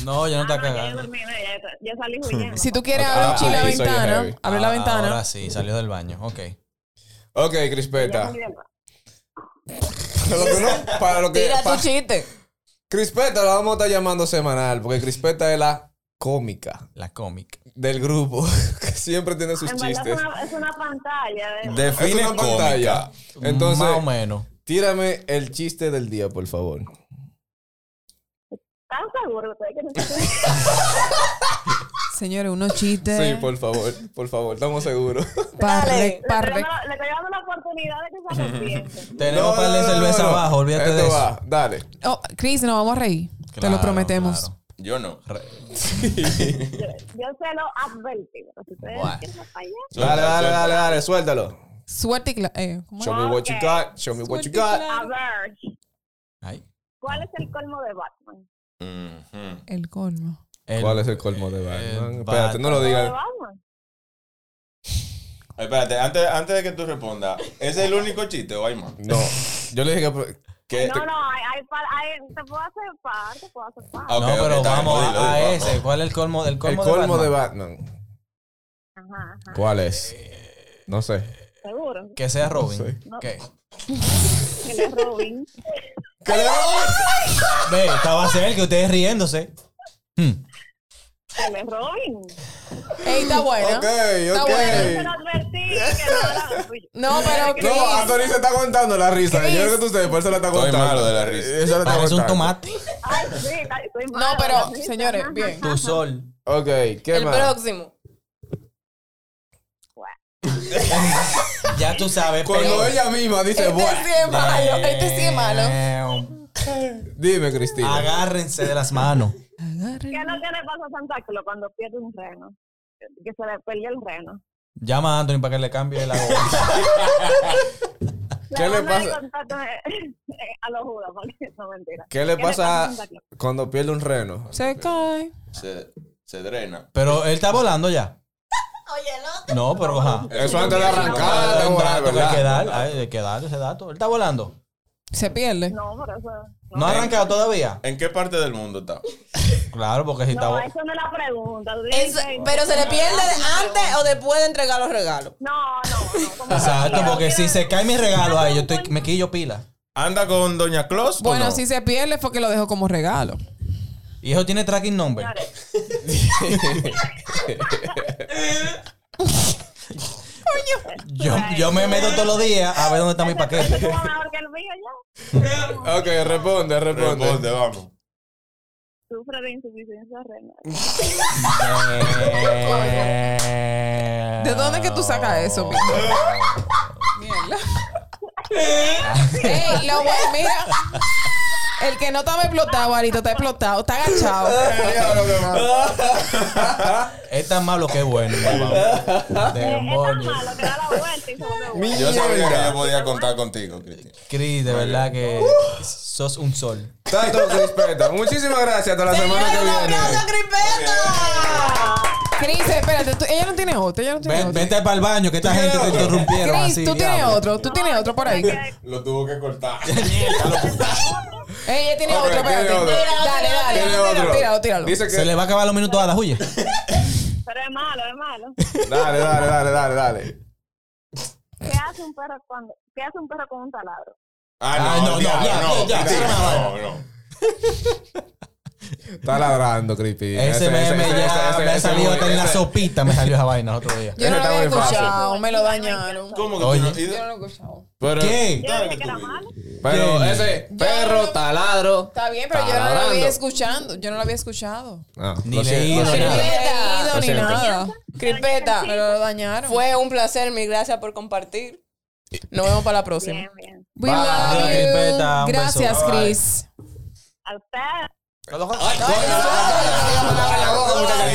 S4: No, yo no
S6: Ah,
S4: está
S6: no, ya yo
S4: cagando.
S6: dormí, no, ya yo- yo salí huyendo.
S3: Si tú quieres
S1: Ah,
S3: abrir
S1: ahí
S3: la
S1: soy heavy.
S3: ventana, abre la
S4: Ah,
S3: ventana.
S4: Ahora sí, salió del baño. Ok.
S1: Ok, Crispeta.
S6: Yo
S1: Para lo que no- para lo que-
S2: Tira tu
S1: pa-
S2: chiste.
S1: Crispeta la vamos a estar llamando semanal, porque Crispeta es la cómica
S4: La cómica.
S1: del grupo, que siempre tiene sus
S6: En verdad
S1: chistes.
S6: es una, es una pantalla. ¿eh?
S1: Es
S5: Define
S1: una pantalla.
S5: cómica.
S1: Entonces,
S4: Más o menos.
S1: tírame el chiste del día, por favor.
S6: ¿Están seguros ustedes que no se
S3: Señores, unos
S2: Eh.
S3: chistes.
S1: Sí, pues. por favor, por favor, estamos seguros.
S3: pa'
S2: Dale.
S3: re- pa'
S6: Le
S3: re-
S6: estoy dando- le estoy dando la oportunidad de que se arrepienten.
S4: Tenemos para de cerveza abajo, olvídate
S1: Esto
S4: de eso.
S1: va, dale.
S3: Oh, Chris, nos vamos a reír. Te
S4: Claro,
S3: lo prometemos.
S4: claro.
S5: Yo no.
S6: Yo, yo se lo advertí. Pero si ustedes
S4: Bueno.
S6: quieren para allá,
S1: Dale, dale, dale, dale, suéltalo.
S3: Suerte y cla- eh, ¿cómo es?
S1: Show me what you got, show me what you got.
S6: a ver,
S4: Ay.
S6: ¿cuál es el colmo de Batman?
S5: Ujú.
S3: El colmo.
S4: El-
S1: ¿Cuál es el colmo de
S4: el
S1: Batman? Espérate, no
S4: Batman.
S1: lo
S6: ¿Colmo de
S1: digas.
S6: Batman?
S5: Espérate, antes, antes de que tú respondas, ¿ese es el único chiste o hay más?
S1: No, yo le dije que...
S5: Que-
S1: eh.
S6: No, no, hay, hay hay par, hay, te puedo hacer par, te puedo hacer par.
S5: Ah, ok,
S4: no, pero
S5: ok, está bien,
S4: vamos a,
S5: dilo,
S4: a
S5: dilo,
S4: ese.
S5: vamos.
S4: ¿Cuál es el colmo del
S1: El
S4: colmo,
S1: colmo
S4: de
S1: de
S4: Batman?
S1: Batman.
S6: Ajá, ajá,
S1: ¿Cuál es?
S4: Eh.
S1: No sé.
S6: seguro.
S4: Que sea Robin. ¿Qué?
S6: Que no es Robin.
S4: Ve, estaba cerca, ustedes riéndose. Hmm.
S6: Que no es Robin.
S3: Ey, está bueno.
S1: Ok,
S3: Está
S1: ok.
S3: bueno.
S6: Te lo advertí que no era Robin.
S3: No, pero
S1: No,
S3: Chris,
S1: Anthony se está aguantando la risa. Yo creo que tú sabes, por eso la está
S5: Estoy
S1: aguantando.
S5: malo de la risa.
S1: Eso la está
S4: Parece un
S1: aguantando.
S4: tomate.
S6: Ay, sí, ay, soy
S3: No,
S6: mala,
S3: pero,
S6: ¿verdad?
S3: señores,
S6: Ajá,
S3: bien.
S4: Tu sol.
S1: Ok, ¿qué
S2: El
S1: más?
S2: próximo.
S4: Ya tú sabes,
S1: Cuando
S4: pero-
S1: ella misma dice,
S3: este
S1: bueno,
S3: sí es malo. Este sí es malo.
S4: Damn.
S1: dime, Cristina.
S4: Eh, Agárrense de las manos.
S6: ¿Qué es lo que le pasa a Santa Claus cuando pierde un reno? Que se le perdió el reno.
S4: Llama a Anthony para que le cambie la voz.
S1: ¿Qué le
S6: banda de
S1: pasa?
S6: contacto es- eh, a los judas, porque eso es mentira.
S1: ¿Qué le pasa
S6: a Santa Claus?
S1: cuando pierde un reno?
S3: Se cae.
S5: Se, se drena.
S4: Pero él está volando ya. Oye, no. No, pero ajá.
S1: Eso antes de arrancar,
S4: Hay
S1: está
S4: un
S1: guay,
S4: dato que hay que
S1: Eh, ¿verdad?
S4: dar, hay- hay que dar ese dato. Él está volando.
S3: Se pierde.
S6: No, pero eso.
S4: ¿No, ha arrancado todavía?
S5: ¿En qué parte del mundo está?
S4: Claro, porque si está...
S6: No,
S4: vo-
S6: eso no es la pregunta. tú
S2: Es-
S6: tienes que-
S2: pero se le pierde antes o después de entregar los regalos.
S6: No, no, no. como-
S4: Exacto, porque si se cae mi regalo ahí, yo estoy,
S6: Yo
S4: me quillo pila.
S5: ¿Anda con Doña Claus o
S3: Bueno,
S5: no?
S3: si se pierde fue que lo dejó como regalo.
S4: Y eso tiene tracking number. Yo, yo me meto todos los días a ver dónde está mi
S6: Eso
S4: paquete.
S6: es mejor que el mío ya.
S1: Ok, responde, responde.
S5: Responde, vamos.
S6: Sufre de Eh, insuficiencia renal.
S3: ¿De dónde es que tú sacas eso, Pico? Mierda. Ey, lo bueno, mira. El que no estaba explotado, Guarito, está explotado, está agachado.
S4: Es tan malo que es bueno. papá.
S6: Es
S4: Demonios.
S6: tan malo que da la vuelta y se vuelve bueno.
S5: Yo sabía que yo
S1: Mierda.
S5: podía contar contigo, Cristian.
S4: Cris, de verdad que sos un sol.
S1: Tanto respeto. Muchísimas gracias. Hasta la semana que
S2: ¡Un
S1: viene.
S2: aplauso a Crispeta!
S3: Cris, espérate, tú- ella no tiene otro, ella no tiene
S4: Ven-
S3: otro.
S4: vete para el baño, que esta gente te
S1: otro?
S4: interrumpieron
S3: Cris,
S4: así.
S3: tú tienes
S4: diablo.
S3: otro, tú tienes otro por ahí. Ey,
S5: Lo tuvo que cortar.
S3: ella tiene
S1: Ok,
S3: otro,
S1: tiene
S3: espérate.
S1: otro.
S3: Dale, dale.
S1: Tiene otro.
S3: Tíralo, tíralo.
S1: Dice
S4: Se
S1: que.
S4: le va a acabar los minutos a la huye.
S6: Pero es malo, es malo.
S1: Dale, dale, dale, dale, dale.
S6: ¿Qué hace un perro cuando.? ¿Qué hace un perro con un taladro?
S5: Ah,
S4: Ay, no,
S5: no,
S4: no,
S5: diablo,
S4: ya,
S5: no,
S4: ya,
S5: Cristian,
S4: ya.
S5: no, no.
S1: Está ladrando, Creepy.
S4: Ese meme ya me ha salido hasta en la sopita, me salió esa vaina el otro día.
S3: Yo no lo
S1: Ese
S3: había
S1: está muy fácil.
S3: escuchado, me lo dañaron.
S5: ¿Cómo que
S4: Oye.
S5: tú no? y-
S3: Yo no lo he escuchado.
S1: Pero,
S4: ¿Qué?
S6: Yo dije que era malo.
S1: pero
S4: ¿Quién?
S1: ese perro taladro.
S3: Está bien, pero yo no lo había
S1: Taladrando.
S3: escuchando. Yo no lo había escuchado.
S1: No,
S4: Ni
S1: Ah, lo siento,
S4: leído,
S1: lo
S4: ni
S1: siento.
S4: nada.
S3: he ido
S1: Lo
S3: ni
S1: siento.
S3: nada.
S2: Crispeta,
S3: Me lo dañaron.
S2: fue un placer, mil gracias por compartir.
S3: Nos vemos para la próxima.
S6: Bien, bien.
S3: We
S1: Bye.
S3: love you.
S4: Crispeta, un beso.
S3: Gracias,
S4: Bye.
S3: Chris.
S6: A usted.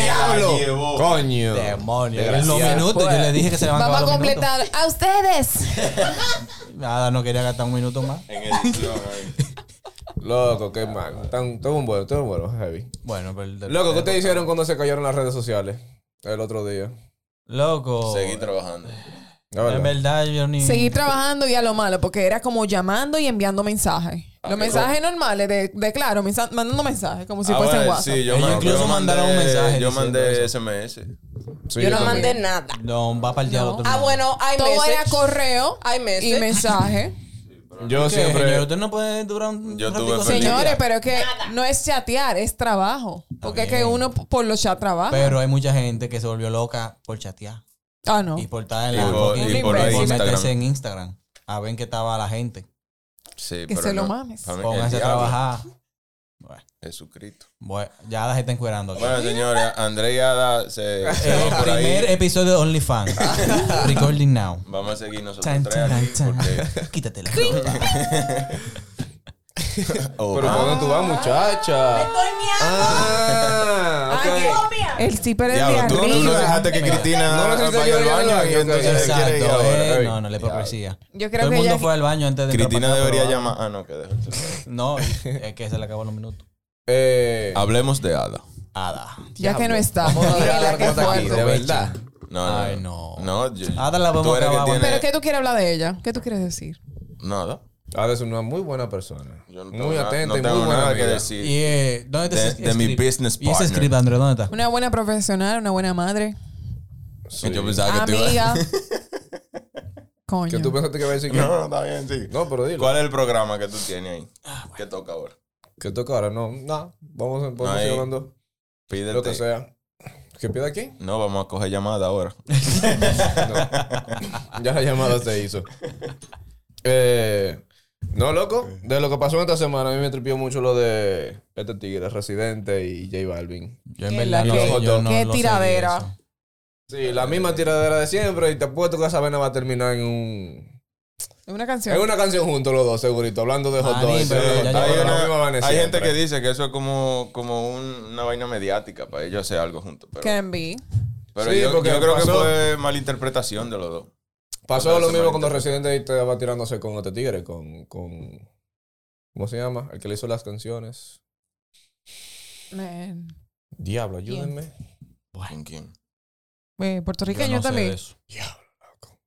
S1: ¡Diablo!
S5: Llevó.
S1: Coño.
S4: Demonio. En los
S1: Desgraciado.
S4: minutos,
S5: pues.
S4: yo le dije que se le van a
S3: Vamos
S4: acabar
S3: a
S4: los minutos.
S2: Ah,
S3: completar. A ustedes.
S4: Nada, no quería gastar un minuto más.
S5: En edición, ahí.
S1: Loco, qué mal. Tan- Todo un vuelo, todo un vuelo, heavy.
S4: Bueno, pues, pero... el-
S1: Loco, ¿qué te hicieron cuando se cayeron las redes sociales el otro día?
S4: Loco.
S5: Seguí trabajando.
S1: La
S4: En
S1: verdad.
S4: verdad, yo ni...
S3: Seguí trabajando y a lo malo, porque era como llamando y enviando mensajes. Los mensajes normales, de, de claro, mensa- mandando mensajes, como si
S5: Ah,
S3: fuesen
S5: bueno,
S3: WhatsApp.
S5: sí, yo
S4: pues, Ellos
S5: me-
S4: incluso
S5: yo mandé-
S4: mandaron un mensaje diciendo
S5: Yo mandé SMS.
S1: Sí,
S2: Yo no
S1: también.
S2: mandé nada.
S4: No, va para el diablo.
S2: Ah, bueno, hay
S3: Todo era
S2: meses.
S3: correo
S2: Hay
S3: y
S2: meses.
S3: mensaje.
S1: Yo siempre.
S4: Usted no puede durar un
S5: Yo
S4: ratico
S5: tuve
S4: así?
S5: feliz.
S3: Señores, pero es que no es chatear, es trabajo. Porque es que
S4: bien.
S3: uno por los chat trabaja.
S4: Pero hay mucha gente que se volvió loca por chatear.
S3: ah, no.
S4: Y por estar en
S5: Y
S4: la
S5: por-
S4: fucking-
S3: y por ahí
S4: meterse
S5: Instagram.
S4: en Instagram. A ver qué estaba la gente.
S5: Sí,
S3: Que
S5: pero
S3: se lo
S5: no.
S3: mames.
S5: Para mí, el
S4: Pónganse a
S5: diablo,
S4: trabajar. Bueno,
S5: Jesucristo.
S4: bueno, ya la gente encuerando. aquí.
S5: Bueno, señores, Andrés Ada se
S4: Eh,
S5: quedó por
S4: primer
S5: ahí.
S4: episodio de OnlyFans. Recording now.
S5: Vamos a seguir nosotros
S4: Tan,
S5: tres aquí
S4: tan, tan.
S5: porque...
S4: Quítate la ropa.
S5: Oh,
S1: Pero ¿dónde tú vas, muchacha?
S2: Estoy miado.
S1: Ah, ok.
S3: El zipper es de
S5: Diablo, tú, tú no
S3: arriba.
S5: dejaste que Cristina
S1: No, no, sí,
S5: vaya
S1: yo-
S5: al
S1: yo-
S5: baño
S1: yo-
S5: aquí,
S1: yo-
S5: entonces se quiere ir
S4: Exacto.
S5: ahora.
S4: eh,
S5: Ey,
S4: no, no le hipocresía.
S3: Yo creo
S4: Todo el
S3: que
S4: mundo
S3: ya-
S4: fue al baño antes de entrar
S5: Cristina
S4: para acá,
S5: debería
S4: pero-
S5: llamar. Ah, no, que deja el celular.
S4: No, es que se le acabó los minutos.
S1: Eh,
S5: Hablemos de Ada.
S4: Ada.
S3: Ya que no está.
S1: vamos a dejar
S3: Mira,
S1: la
S3: qué
S1: cosa aquí,
S3: fuerte.
S1: de verdad.
S5: No, no.
S4: Ay, no.
S5: No, yo-
S4: Ada la vamos
S5: tú eres
S4: a
S5: que
S4: acabar.
S5: tiene-
S3: Pero ¿qué tú quieres hablar de ella? ¿Qué tú quieres decir?
S5: Nada.
S1: Ada es una muy buena persona.
S5: Yo no tengo
S1: muy
S5: nada-
S1: atenta
S5: no
S1: y
S5: tengo
S1: muy buena
S5: nada que
S1: amiga.
S5: decir.
S4: Y, eh, ¿dónde te
S5: De-
S4: se
S5: de mi
S4: escribe?
S5: business
S4: Y ese
S5: partner.
S4: script, Andrés, ¿dónde está?
S3: Una buena profesional, una buena madre,
S1: Sí.
S5: Yo pensaba que te iba
S3: amiga.
S1: Que
S3: Coño.
S1: tú pensaste que iba a decir que...
S5: No, no, está bien, sí.
S1: No, pero dilo.
S5: ¿Cuál es el programa que tú tienes ahí? ¿Qué toca ahora?
S1: Que toca ahora, no. No, vamos a podemos
S5: Ahí.
S1: seguir hablando.
S5: Pídete.
S1: Lo que sea. ¿Que pida aquí?
S5: No, vamos a coger llamada ahora.
S1: No. ya la llamada se hizo. Eh, no, loco. De lo que pasó esta semana, a mí me tripió mucho lo de este tigre, Residente y J Balvin.
S4: Yo en
S3: Qué
S4: verdad
S3: la-
S4: no
S3: qué-
S4: sé, yo no
S3: qué
S4: lo seguí
S3: tiradera.
S4: eso.
S1: Sí, la misma tiradera de siempre y te apuesto que esa vaina va a terminar en un...
S3: Una
S1: En
S3: canción.
S1: una canción juntos los dos, segurito, hablando de hot dogs.
S4: Manín, pero
S1: eh, hot
S4: ya
S1: dogs,
S5: Hay,
S4: llegó
S1: la
S5: una-
S1: misma vaina
S5: hay
S1: siempre.
S5: gente que dice que eso es como, como un- una vaina mediática para ellos hacer algo juntos. Pero,
S3: Can be.
S5: pero
S1: Sí,
S5: yo,
S1: porque
S5: yo creo que
S1: pasó-
S5: fue malinterpretación de los dos.
S1: Pasó lo
S5: Parece
S1: mismo
S5: mal
S1: cuando Residente estaba tirándose con este tigre, con, con... ¿Cómo se llama? El que le hizo las canciones.
S3: Man.
S1: Diablo, ayúdenme.
S5: ¿Con quién?
S3: Eh,
S4: Yo
S3: puertorriqueño
S4: no sé de
S3: también.
S4: eso.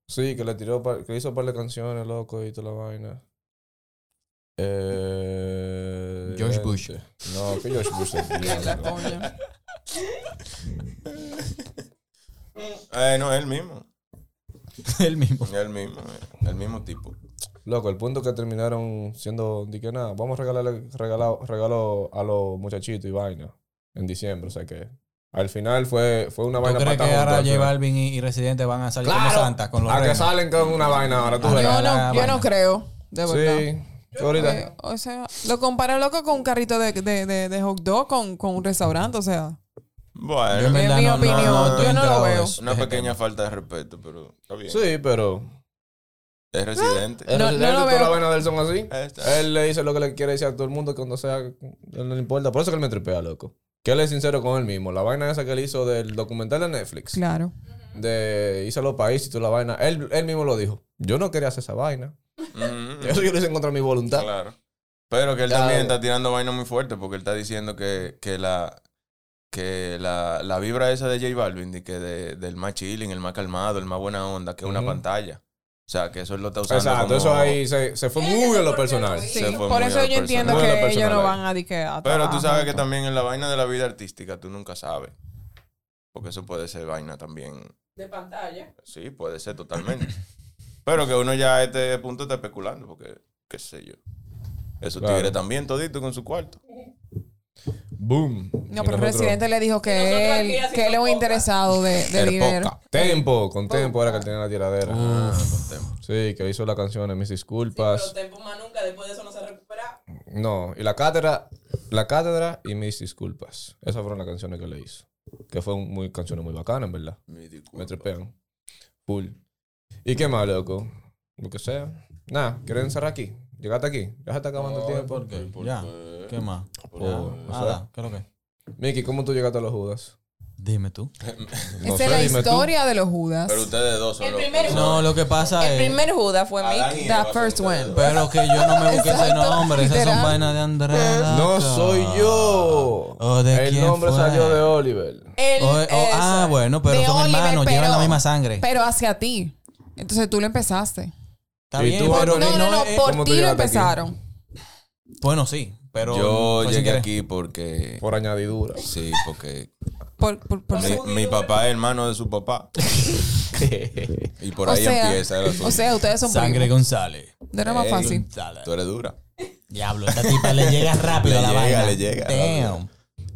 S1: Sí, que le tiró, par- que le hizo un par de canciones, loco, y toda la vaina. Eh,
S4: George
S1: eh,
S4: Bush.
S1: No, que George Bush es diablo.
S3: Coño.
S5: Eh, no, es el mismo.
S4: El mismo.
S5: Es el mismo. eh, El mismo tipo.
S1: Loco, el punto que terminaron siendo, di que nada, vamos a regalarle regalo, regalo a los muchachitos y vaina en diciembre, o sea que al final fue, fue una
S4: ¿Tú
S1: vaina
S4: crees que
S1: juntos,
S4: ahora
S1: al
S4: J
S1: final.
S4: Balvin y, y Residente van a salir como
S1: Claro,
S4: Santa con los
S1: A que
S4: renos?
S1: salen con una vaina ahora, tú
S4: Ah,
S1: verás.
S3: Yo no, yo
S4: vaina.
S3: no creo, de verdad.
S1: Sí, ahorita.
S3: Eh, o sea, lo compara loco con un carrito de, de, de, de hot dog con, con un restaurante, o sea.
S4: Yo en
S5: Bueno,
S4: verdad
S3: mi
S4: no- no-
S3: opinión,
S4: no estoy
S3: yo no lo
S4: enterado de
S3: veo.
S4: eso,
S5: una
S4: de ese
S5: pequeña falta de respeto, pero está bien.
S1: Sí, pero
S5: Es residente.
S1: El
S3: No,
S1: no,
S3: no lo
S1: toda
S3: veo.
S1: la vaina del son así.
S5: Ahí está.
S1: Él le dice lo que le quiere decir a todo el mundo cuando sea. Él no le importa. Por eso que él me tripea, loco. Que él es sincero con él mismo. La vaina esa que él hizo del documental de Netflix.
S3: Claro.
S1: De hice los países y toda la vaina. Él, él mismo lo dijo. Yo no quería hacer esa vaina.
S5: Mm,
S1: Eso yo lo hice en contra de mi voluntad.
S5: Claro. Pero que él
S1: Claro.
S5: también está tirando vaina muy fuerte porque él está diciendo que, que la que la, la vibra esa de J Balvin, de que de- del más chilling, el más calmado, el más buena onda, que es una
S1: Ujú.
S5: pantalla. O sea, que eso él lo está usando.
S1: Exacto.
S5: como-
S1: Eso ahí se, se fue
S2: Tiene que
S1: muy
S2: ser
S1: en lo
S2: porque lo
S1: personal.
S2: hizo.
S3: Sí,
S5: Ah, Se fue
S3: por
S5: muy
S3: eso
S5: al
S3: yo
S1: Muy
S3: entiendo
S5: personal.
S1: al
S3: que Eh, ellos
S1: personal
S3: no
S1: ahí.
S3: van a diquear.
S5: Pero tú sabes que también en la vaina de la vida artística tú nunca sabes. Porque eso puede ser vaina también.
S2: De pantalla.
S5: Sí, puede ser totalmente. Pero que uno ya a este punto está especulando porque, qué sé yo. Esos
S1: Claro.
S5: tigres también todito con su cuarto.
S1: Boom.
S3: No,
S1: Y
S3: pero el
S1: nosotros,
S3: residente le dijo
S2: Y nosotros
S3: que
S2: aquí
S3: él,
S2: haciendo
S3: que él es un
S2: poca.
S3: interesado de, de
S5: El
S3: dinero.
S5: poca.
S1: Tempo, con Tempo era que él tenía la tiradera.
S5: Ah, contento.
S1: Sí, que hizo la canción de Mis
S2: Pero
S1: Disculpas.
S2: tiempo más nunca, después de eso no se recupera.
S1: No, y la cátedra, la cátedra y mis disculpas. Esas fueron las canciones que le hizo. Que fueron muy, canciones muy bacanas, en verdad.
S5: Mi
S1: Me
S5: disculpa.
S1: trepean. Full. ¿Y qué más, loco? Lo que sea. Nada, ¿quieren cerrar aquí? ¿Llegaste aquí? Ya se está acabando el tiempo.
S4: Ya. ¿Qué más?
S1: Oh,
S4: Ya,
S1: o sea,
S4: Nada, ¿qué es lo que?
S1: Miki, ¿cómo tú llegaste a los Judas?
S4: Dime tú.
S1: No
S3: Esa es
S1: sé,
S3: la
S1: dime tú.
S3: historia de los Judas.
S5: Pero ustedes dos son
S2: El
S5: los
S2: primero.
S4: No, lo que pasa
S2: El
S4: es...
S2: primer Judas fue
S5: Adán y
S2: Mickey.
S5: Eva
S3: That
S5: son
S3: first
S5: ustedes
S3: one.
S5: dos.
S4: Pero que yo no me busqué ese
S3: Exacto,
S4: nombre. Esas son
S3: literal.
S4: vainas de Andrea.
S1: No
S4: loco.
S1: soy yo.
S4: ¿O de
S1: el
S4: quién
S1: nombre
S4: fue?
S1: salió de Oliver.
S2: El,
S4: O- o- ah,
S2: esa.
S4: bueno, pero
S3: De
S4: son
S3: Oliver,
S4: hermanos, llevan
S3: pero-
S4: la misma sangre.
S3: Pero hacia ti. Entonces tú lo empezaste.
S4: Está
S1: ¿Y
S4: bien,
S1: tú,
S4: pero eh,
S1: Anthony?
S4: que
S3: No, no, no,
S4: es-
S1: ¿Cómo
S3: por
S1: tú
S3: ti lo
S1: llegaste aquí?
S3: empezaron.
S4: Bueno, sí, pero...
S5: Yo
S4: fue sin
S5: llegué
S4: querer.
S5: aquí porque.
S1: Por añadidura.
S5: Sí, porque
S3: Por, por, por-
S5: mi, mi papá es hermano de su papá. y por
S3: o,
S5: ahí
S3: sea,
S5: empieza el asunto.
S3: o sea, ustedes son
S4: Sangre
S3: primos.
S4: González.
S3: No era más
S5: Ey,
S3: fácil.
S4: González.
S5: Tú eres dura.
S4: Diablo, esta tipa le llega rápido
S5: Le
S4: a la
S5: llega,
S4: vaina.
S5: le llega.
S4: Damn.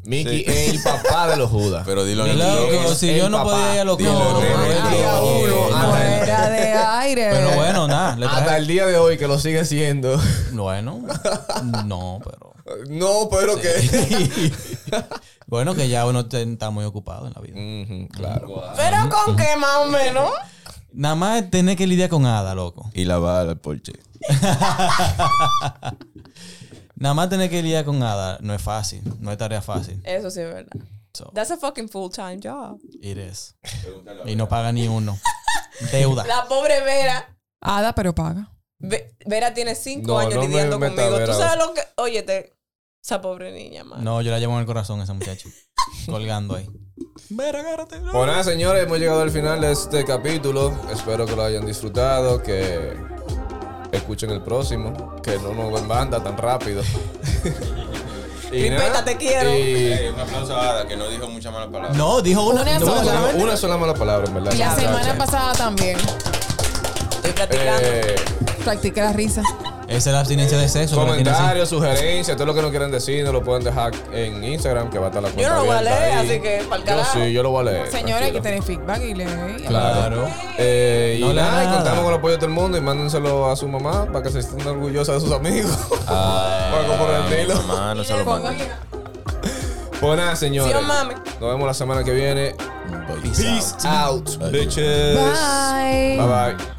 S1: Miki
S5: Sí.
S1: es el papá de los Judas.
S5: Pero dilo en el
S4: Loco,
S5: micrófono.
S1: es
S4: si
S1: el
S4: yo no
S1: papá.
S4: podía ir a los
S5: Dilo,
S4: coros,
S5: Rey,
S4: no,
S5: Rey,
S4: no, no,
S5: Rey, Rey,
S4: eh, no,
S1: Rey, Rey.
S3: Fuera de aire.
S4: Pero bueno, nada, le
S1: Hasta
S4: traje.
S1: el día de hoy, que lo sigue siendo.
S4: Bueno, no, pero.
S1: No, pero que.
S4: bueno, que ya uno te- está muy ocupado en la vida.
S1: Ujú, claro.
S2: Pero con qué más o menos.
S4: Nada más tener que lidiar con Ada, loco.
S5: Y la va al porche.
S4: Nada más tener que lidiar con Ada no es fácil, no es tarea fácil.
S2: Eso sí es verdad.
S4: So,
S2: That's a fucking full time job.
S4: it is. Y no paga ni uno. Deuda.
S2: La pobre Vera.
S3: Ada, pero paga.
S2: Ve- Vera tiene cinco
S1: No,
S2: años
S1: no me
S2: lidiando
S1: meta a
S2: conmigo.
S1: Vera.
S2: Tú sabes lo que. Óyete, esa pobre niña, man.
S4: No, yo la llevo en el corazón a esa muchacha. colgando ahí. Vera, agárrate. no.
S1: Bueno, Pues nada, señores, hemos llegado al final de este capítulo. Espero que lo hayan disfrutado, que Escuchen el próximo, que no nos ven banda tan rápido. Y
S2: Tripeta,
S1: nada,
S2: te quiero.
S1: y-
S5: Eh, un aplauso a Ada, que no dijo muchas malas palabras.
S4: No, dijo una,
S3: Una
S4: no,
S1: No,
S3: sola.
S1: no, no, una sola mala palabra, en verdad.
S3: Y la
S1: Muchacha.
S3: semana pasada también.
S2: Estoy platicando.
S1: Eh,
S3: Practiqué la risa.
S4: Esa es la abstinencia de sexo. que la tiene así.
S1: comentarios, sugerencias, todo lo que no quieran decir, nos lo pueden dejar en Instagram, que va a estar la cuenta.
S2: no lo voy a
S1: abierta
S2: leer,
S1: ahí.
S2: así que pa'l
S1: Yo
S2: carajo.
S1: sí, yo lo voy a leer.
S3: Señores, hay
S1: tranquilo.
S3: que tener feedback y le
S1: Claro.
S4: Claro.
S1: Eh,
S4: No
S1: y
S4: le
S1: nada, y
S4: nada.
S1: contamos con el apoyo de todo el mundo y mándenselo a su mamá para que se sienta orgullosa de sus amigos. Paco por el
S5: Ah, mi
S1: pelo.
S5: mamá, no se lo mando.
S1: Pues nada, señores.
S2: Sí, oh, mami.
S1: Nos vemos la semana que viene. Peace out, bitches. Bye
S3: Bye.
S1: bye.